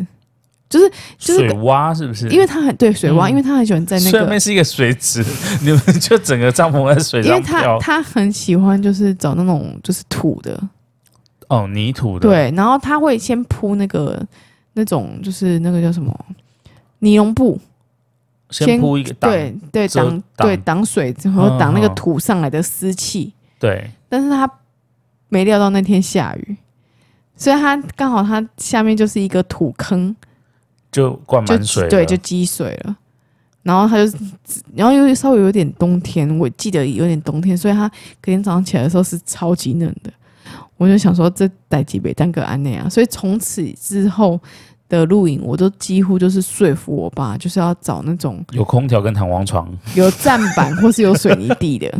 [SPEAKER 3] 就是就是
[SPEAKER 1] 水洼是不是？
[SPEAKER 3] 因为他很对水洼，
[SPEAKER 2] 嗯
[SPEAKER 3] 因为他很喜欢在那
[SPEAKER 1] 上
[SPEAKER 3] 个
[SPEAKER 1] 面，是一个 水池，你们就整个帐篷在水
[SPEAKER 3] 因为
[SPEAKER 1] 上
[SPEAKER 3] 他
[SPEAKER 1] 漂，
[SPEAKER 3] 他很喜欢就是找那种就是土的，
[SPEAKER 1] 哦，泥土的，，
[SPEAKER 3] 对，然后他会先铺那个那种就是那个叫什么尼龙布，
[SPEAKER 1] 先
[SPEAKER 3] 先
[SPEAKER 1] 铺一个挡，
[SPEAKER 3] 对对
[SPEAKER 1] 遮
[SPEAKER 3] 挡
[SPEAKER 1] 挡
[SPEAKER 3] 对挡水和
[SPEAKER 1] 嗯
[SPEAKER 3] 挡那个
[SPEAKER 1] 嗯
[SPEAKER 3] 土上来的湿气，
[SPEAKER 1] 对
[SPEAKER 3] 但是他没料到那天下雨。所以他刚好他下面就是一个土坑，
[SPEAKER 1] 就灌
[SPEAKER 3] 就
[SPEAKER 1] 满水了，
[SPEAKER 3] 对，就积水了。然后他就，然后又稍微有点冬天，我记得有点冬天，所以他隔天早上起来的时候是超级冷的。我就想说，这代几北单个安内啊，所以从此之后的露营，我都几乎就是说服我爸，就是要找那种
[SPEAKER 1] 有空调跟弹簧床。
[SPEAKER 3] 有站板或是有水泥地的。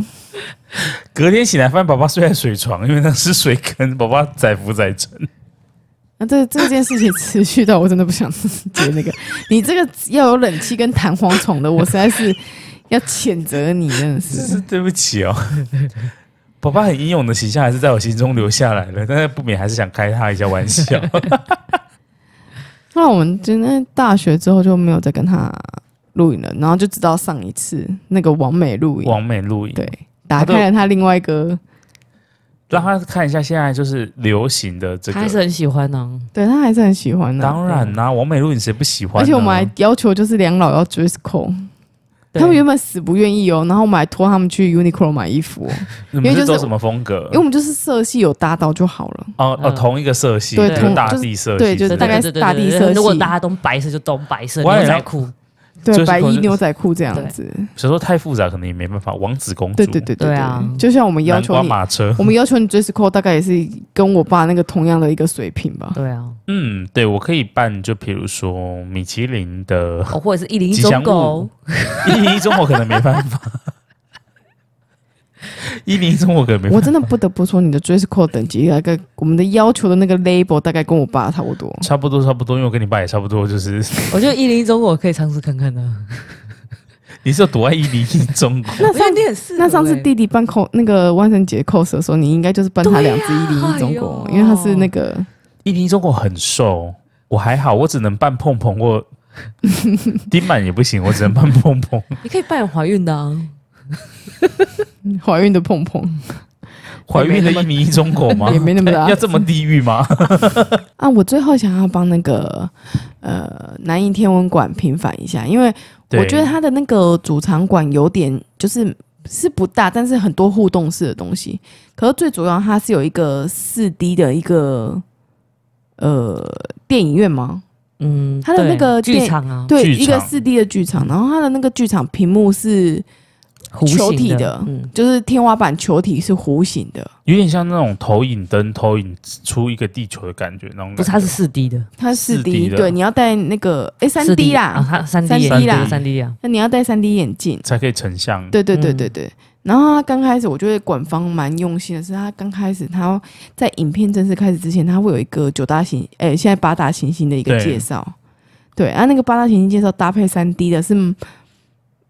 [SPEAKER 1] 隔天醒来发现宝宝睡在水床，因为那是水坑，宝宝载浮载沉。
[SPEAKER 3] 那这这件事情持续到我真的不想 接那个，你这个要有冷气跟弹簧床的，我实在是要谴责你，真的是
[SPEAKER 1] 真。是对不起哦。 宝宝很英勇的形象还是在我心中留下来了，但是不免还是想开他一下玩 笑。
[SPEAKER 3] 那我们真的大学之后就没有再跟他录影了，然后就直到上一次那个完美录影，
[SPEAKER 1] 完美录影，
[SPEAKER 3] 对，打开了他另外一个，
[SPEAKER 1] 让他看一下现在就是流行的这
[SPEAKER 2] 他还是
[SPEAKER 1] 个。
[SPEAKER 2] 很喜欢啊呢、
[SPEAKER 3] 对他还是很喜欢的、
[SPEAKER 1] 当然啦、完美录影谁不喜欢呢？
[SPEAKER 3] 而且我们还要求就是两老要 dress code，
[SPEAKER 2] 对
[SPEAKER 3] 他们原本死不愿意哦，然后我们还托他们去 Uniqlo 买衣 服、哦，
[SPEAKER 1] 你
[SPEAKER 3] 因
[SPEAKER 1] 们
[SPEAKER 3] 为
[SPEAKER 1] 是
[SPEAKER 3] 就是
[SPEAKER 1] 走什么风格
[SPEAKER 3] 因为？我们就是色系有搭到就好了，
[SPEAKER 1] 哦哦，
[SPEAKER 2] 嗯
[SPEAKER 1] 同一个色系，
[SPEAKER 3] 对
[SPEAKER 1] 就是
[SPEAKER 2] 同
[SPEAKER 1] 大
[SPEAKER 3] 就是
[SPEAKER 1] 地色系之类的，
[SPEAKER 3] 对就是
[SPEAKER 2] 对
[SPEAKER 3] 大概
[SPEAKER 2] 对对对
[SPEAKER 3] 大地
[SPEAKER 2] 对
[SPEAKER 3] 色系
[SPEAKER 2] 如果大家都白色，就都白色
[SPEAKER 1] 我也
[SPEAKER 2] 牛仔 裤。
[SPEAKER 3] 对，
[SPEAKER 1] 就是
[SPEAKER 3] 白衣
[SPEAKER 1] cos-
[SPEAKER 3] 牛仔裤这样子，
[SPEAKER 1] 小时候太复杂，可能也没办法。王子公主，
[SPEAKER 3] 对对对
[SPEAKER 2] 对啊
[SPEAKER 3] 就像我们要
[SPEAKER 1] 南
[SPEAKER 3] 求
[SPEAKER 1] 瓜
[SPEAKER 3] 你，
[SPEAKER 1] 马车，
[SPEAKER 3] 我们要求你 dress code 大概也是跟我爸那个同样的一个水平吧，
[SPEAKER 2] 对啊，
[SPEAKER 1] 嗯，对我可以办，就比如说米其林 的
[SPEAKER 2] 哦，或者是一零一
[SPEAKER 1] 吉
[SPEAKER 2] 中
[SPEAKER 1] 祥
[SPEAKER 2] 狗
[SPEAKER 1] 物，一零一中我可能没办法，一零一中我可能没办
[SPEAKER 3] 我
[SPEAKER 1] 法，
[SPEAKER 3] 真的不得不说，你的 dress code 等级大概我们的要求的那个 label 大概跟我爸差不多。
[SPEAKER 1] 差不多差不多，因为我跟你爸也差不多，就是
[SPEAKER 2] 我觉得一零一中狗可以尝试看看的、啊
[SPEAKER 1] 你是有多爱一零一中 国，
[SPEAKER 3] 那
[SPEAKER 2] 我觉得
[SPEAKER 3] 上
[SPEAKER 2] 你很适合欸、
[SPEAKER 3] 那上次弟弟办扣那个万圣节扣 o 的时候，你应该就是办他两只一零一中国，
[SPEAKER 2] 对啊
[SPEAKER 3] 因为他是那个
[SPEAKER 1] 一零一中国很瘦，我还好，我只能扮碰碰或 丁满也不行，我只能扮碰碰。
[SPEAKER 2] 你可以扮演怀孕的啊，
[SPEAKER 3] 怀孕的碰碰
[SPEAKER 1] 怀孕的一米一中狗 吗？
[SPEAKER 3] 也没那么大
[SPEAKER 1] 要这么地狱吗？
[SPEAKER 3] 啊！我最后想要帮那个呃南瀛天文馆平反一下，因为我
[SPEAKER 1] 对
[SPEAKER 3] 觉得它的那个主场馆有点就是是不大，但是很多互动式的东西。可是最主要，它是有一个四 D 的一个呃电影院吗？
[SPEAKER 2] 嗯，
[SPEAKER 3] 他的那
[SPEAKER 2] 对
[SPEAKER 3] 个
[SPEAKER 2] 剧
[SPEAKER 3] 电
[SPEAKER 2] 场啊，
[SPEAKER 3] 对，
[SPEAKER 1] 剧场
[SPEAKER 3] 一个四 D 的剧场，然后它的那个剧场屏幕是
[SPEAKER 2] 弧
[SPEAKER 3] 球
[SPEAKER 2] 形
[SPEAKER 3] 体
[SPEAKER 2] 的
[SPEAKER 3] 的，
[SPEAKER 2] 嗯，
[SPEAKER 3] 就是天花板球体是弧形的，
[SPEAKER 1] 有点像那种投影灯投影出一个地球的感觉，那种
[SPEAKER 2] 不是，它
[SPEAKER 1] 感
[SPEAKER 2] 是
[SPEAKER 1] 觉
[SPEAKER 2] 四 D 的，
[SPEAKER 3] 它是
[SPEAKER 1] 4D
[SPEAKER 3] D，
[SPEAKER 1] 的
[SPEAKER 3] 对，你要戴那个哎三
[SPEAKER 2] 4D
[SPEAKER 3] D
[SPEAKER 2] 啊，
[SPEAKER 3] 啦，
[SPEAKER 2] 它三 D
[SPEAKER 3] 3D
[SPEAKER 1] 啦
[SPEAKER 2] 三 D 啊，
[SPEAKER 3] 那你要戴三 D 眼镜，
[SPEAKER 1] 才可以成像。
[SPEAKER 3] 对对对
[SPEAKER 2] 嗯
[SPEAKER 3] 对对。然后他刚开始，我觉得馆方蛮用心的是，他刚开始他在影片正式开始之前，他会有一个九大行，哎、现在八大行星的一个
[SPEAKER 1] 对
[SPEAKER 3] 介绍，对，啊，那个八大行星介绍搭配三 D 的是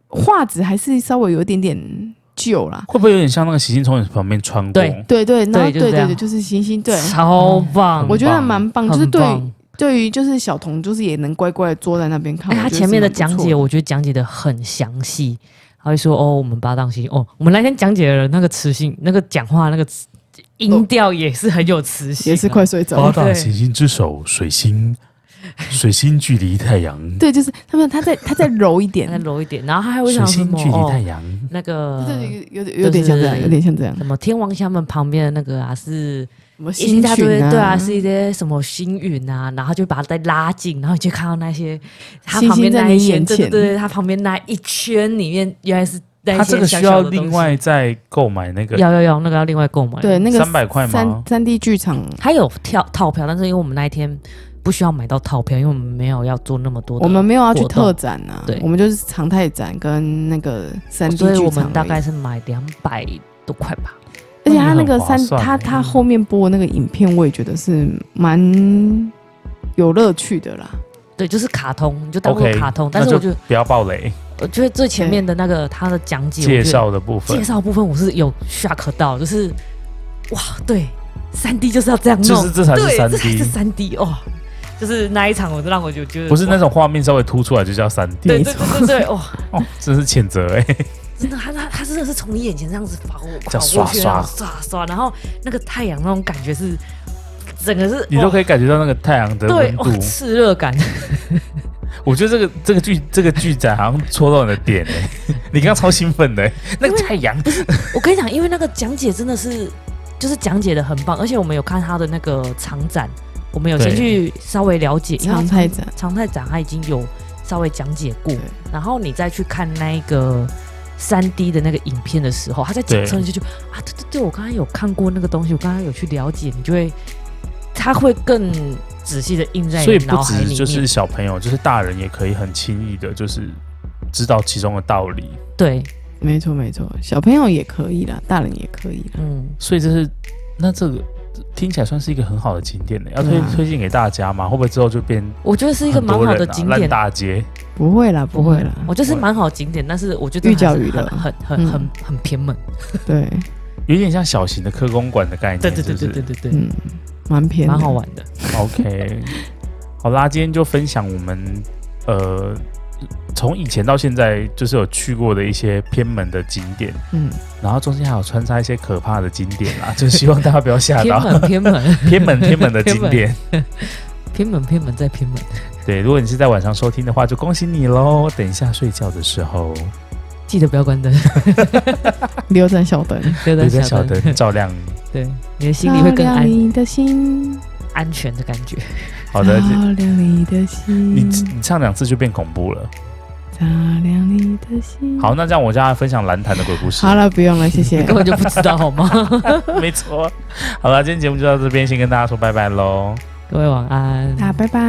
[SPEAKER 3] 画质还是稍微有一点点旧啦，
[SPEAKER 1] 会不会有点像那个行星从你旁边穿过？
[SPEAKER 2] 对
[SPEAKER 3] 对对，然后
[SPEAKER 2] 对就是这
[SPEAKER 3] 对对
[SPEAKER 2] 样
[SPEAKER 3] 对，就是星星，对
[SPEAKER 2] 超棒，
[SPEAKER 3] 我觉得
[SPEAKER 1] 很棒
[SPEAKER 3] 蛮棒，
[SPEAKER 2] 很
[SPEAKER 3] 就是对于
[SPEAKER 2] 棒。
[SPEAKER 3] 对于就是小童，就是也能乖乖地坐在那边看。
[SPEAKER 2] 哎，他
[SPEAKER 3] 我觉得
[SPEAKER 2] 前面的
[SPEAKER 3] 是蛮不
[SPEAKER 2] 讲
[SPEAKER 3] 错
[SPEAKER 2] 解，我觉得讲解的很详细。他会说：“哦，我们八档星，哦，我们那天讲解的人那个磁性，那个讲话那个磁音调也是哦很有磁性、啊
[SPEAKER 3] 也是快，睡着
[SPEAKER 1] 八
[SPEAKER 3] 了。
[SPEAKER 1] 大
[SPEAKER 2] 对
[SPEAKER 1] 行星之首，水星，水星距离太阳，
[SPEAKER 3] 对，就是他们，他在他再揉一 点
[SPEAKER 2] 再，揉一点，然后他还会
[SPEAKER 1] 水
[SPEAKER 2] 想什
[SPEAKER 1] 星
[SPEAKER 2] 么
[SPEAKER 1] 距离太
[SPEAKER 2] 哦，
[SPEAKER 1] 阳。
[SPEAKER 2] 那个
[SPEAKER 3] 对，有点有点像这样，
[SPEAKER 2] 就是
[SPEAKER 3] 有点像这样。
[SPEAKER 2] 什么天王峡们旁边的那个啊，是
[SPEAKER 3] 什么
[SPEAKER 2] 一
[SPEAKER 3] 星
[SPEAKER 2] 大堆
[SPEAKER 3] 群
[SPEAKER 2] 对啊，是一些什么星云啊，然后就把它再拉近，然后你就看到那些它
[SPEAKER 3] 星
[SPEAKER 2] 旁边
[SPEAKER 3] 星在
[SPEAKER 2] 那
[SPEAKER 3] 你
[SPEAKER 2] 一圈，
[SPEAKER 3] 眼
[SPEAKER 2] 对对
[SPEAKER 3] 前
[SPEAKER 2] 对，它旁边那一圈里面原来是那
[SPEAKER 1] 它
[SPEAKER 2] 些
[SPEAKER 1] 这个
[SPEAKER 2] 小
[SPEAKER 1] 需
[SPEAKER 2] 小
[SPEAKER 1] 要
[SPEAKER 2] 的东
[SPEAKER 1] 另
[SPEAKER 2] 西
[SPEAKER 1] 外再购买那个
[SPEAKER 2] 要要要那个要另外购买，
[SPEAKER 3] 对，那个
[SPEAKER 1] 300块吗
[SPEAKER 3] 三三 D 剧场，
[SPEAKER 2] 它有跳套票，但是因为我们那一天不需要买到套票，因为我们没有要做那么多的，
[SPEAKER 3] 我们没有要去
[SPEAKER 2] 活动
[SPEAKER 3] 特展啊
[SPEAKER 2] 对，哦
[SPEAKER 3] 我们就是常态展跟那个三 D
[SPEAKER 2] 所以
[SPEAKER 3] 剧
[SPEAKER 2] 我
[SPEAKER 3] 场而
[SPEAKER 2] 们
[SPEAKER 3] 已。
[SPEAKER 2] 大概是买两百多块吧。
[SPEAKER 3] 而且他那个
[SPEAKER 1] 很划
[SPEAKER 3] 三，
[SPEAKER 1] 算
[SPEAKER 3] 他
[SPEAKER 1] 欸
[SPEAKER 3] 他后面播那个影片，我也觉得是蛮有乐趣的啦。
[SPEAKER 2] 对，就是卡通，你就当做
[SPEAKER 1] OK
[SPEAKER 2] 卡通。但
[SPEAKER 1] 那
[SPEAKER 2] 是
[SPEAKER 1] 就
[SPEAKER 2] 我觉得，
[SPEAKER 1] 不要暴雷
[SPEAKER 2] 我觉得最前面的那个它的讲解
[SPEAKER 1] 介
[SPEAKER 2] 哎我觉得
[SPEAKER 1] 绍的部分
[SPEAKER 2] 介，绍部分，我是有 shock 到，就是哇，对，三 D 就是要这样弄，
[SPEAKER 1] 就是这才是
[SPEAKER 2] 对，
[SPEAKER 1] 三
[SPEAKER 2] 这才是
[SPEAKER 1] D，
[SPEAKER 2] 三 D 哦。就是那一场，我就让我就觉得
[SPEAKER 1] 不是那
[SPEAKER 2] 哇
[SPEAKER 1] 种画面稍微突出来就叫三 D。
[SPEAKER 2] 对对对对对，哇，
[SPEAKER 1] 哦，真是谴责 哎、
[SPEAKER 2] 真的，他他他真的是从你眼前这样子跑过
[SPEAKER 1] 这
[SPEAKER 2] 跑
[SPEAKER 1] 样
[SPEAKER 2] 过去，
[SPEAKER 1] 刷
[SPEAKER 2] 然后刷刷，然后那个太阳那种感觉是整个是
[SPEAKER 1] 你都
[SPEAKER 2] 以
[SPEAKER 1] 可以感觉到那个太阳的
[SPEAKER 2] 对
[SPEAKER 1] 温度
[SPEAKER 2] 哇。炽热感，
[SPEAKER 1] 我觉得这个这个剧这个剧展好像戳到你的点哎、 你刚刚超兴奋的、欸，那个太阳
[SPEAKER 2] 我跟你讲，因为那个讲解真的是就是讲解的很棒，而且我们有看他的那个长展，我们有
[SPEAKER 1] 对
[SPEAKER 2] 先去稍微了解，因为他
[SPEAKER 3] 常态展
[SPEAKER 2] 常态展他已经有稍微讲解过
[SPEAKER 3] 对，
[SPEAKER 2] 然后你再去看那一个。三 D 的那个影片的时候，他在讲的时候，你就觉得啊，对对对，我刚刚有看过那个东西，我刚刚有去了解，你就会，他会更仔细的印在
[SPEAKER 1] 所
[SPEAKER 2] 你
[SPEAKER 1] 以
[SPEAKER 2] 的
[SPEAKER 1] 不
[SPEAKER 2] 脑海
[SPEAKER 1] 止
[SPEAKER 2] 里面。
[SPEAKER 1] 就是小朋友，就是大人也可以很轻易的，就是知道其中的道理。
[SPEAKER 2] 对，
[SPEAKER 3] 没错没错，小朋友也可以啦，大人也可以啦。
[SPEAKER 2] 嗯，
[SPEAKER 1] 所以这是那这个听起来算是一个很好的景点的、哎要推、
[SPEAKER 3] 对啊
[SPEAKER 1] 推荐给大家嘛？会不会之后就变
[SPEAKER 2] 我觉得是一个
[SPEAKER 1] 很
[SPEAKER 2] 蛮
[SPEAKER 1] 多
[SPEAKER 2] 好
[SPEAKER 1] 人
[SPEAKER 2] 的
[SPEAKER 1] 啊
[SPEAKER 2] 景
[SPEAKER 1] 烂、
[SPEAKER 2] 点，
[SPEAKER 1] 大街？
[SPEAKER 3] 不会啦，不会啦，
[SPEAKER 2] 我觉得是蛮好的景点，但是我觉得
[SPEAKER 3] 寓教
[SPEAKER 2] 还是
[SPEAKER 3] 于乐
[SPEAKER 2] 很很很很
[SPEAKER 3] 嗯
[SPEAKER 2] 很偏门。
[SPEAKER 3] 对，
[SPEAKER 1] 有点像小型的科公馆的概念，
[SPEAKER 2] 对对对
[SPEAKER 1] 是
[SPEAKER 2] 对
[SPEAKER 1] 不是
[SPEAKER 2] 对对对，
[SPEAKER 3] 嗯，蛮偏，
[SPEAKER 2] 蛮好。玩的。
[SPEAKER 1] OK，好啦，今天就分享我们呃从以前到现在就是有去过的一些偏门的景点，
[SPEAKER 3] 嗯，
[SPEAKER 1] 然后中间还有穿插一些可怕的景点啦，就是希望大家不要吓
[SPEAKER 2] 偏
[SPEAKER 1] 到
[SPEAKER 2] 门 偏门
[SPEAKER 1] 偏门偏门的景
[SPEAKER 2] 偏
[SPEAKER 1] 点。
[SPEAKER 2] 偏门偏门再偏门，
[SPEAKER 1] 对，如果你是在晚上收听的话，就恭喜你喽！等一下睡觉的时候，
[SPEAKER 2] 记得不要关灯，
[SPEAKER 3] 留盏小 灯，
[SPEAKER 2] 不要
[SPEAKER 1] 留着
[SPEAKER 2] 再
[SPEAKER 1] 小
[SPEAKER 2] 小灯。
[SPEAKER 1] 灯照亮。
[SPEAKER 2] 对，你的心里会更
[SPEAKER 3] 照
[SPEAKER 2] 安
[SPEAKER 3] 亮你的心，
[SPEAKER 2] 安全的感觉。
[SPEAKER 1] 好的，
[SPEAKER 3] 照亮你的心，
[SPEAKER 1] 你你唱两次就变恐怖了。
[SPEAKER 3] 照亮你的心。
[SPEAKER 1] 好，，那这样我就要分享蓝潭的鬼故事。
[SPEAKER 3] 好，了，不用了，谢谢
[SPEAKER 2] 根。本就不知道好吗？
[SPEAKER 1] 没错。好了，今天节目就到这边，先跟大家说拜拜喽。
[SPEAKER 2] 各位晚安。
[SPEAKER 3] 那拜拜。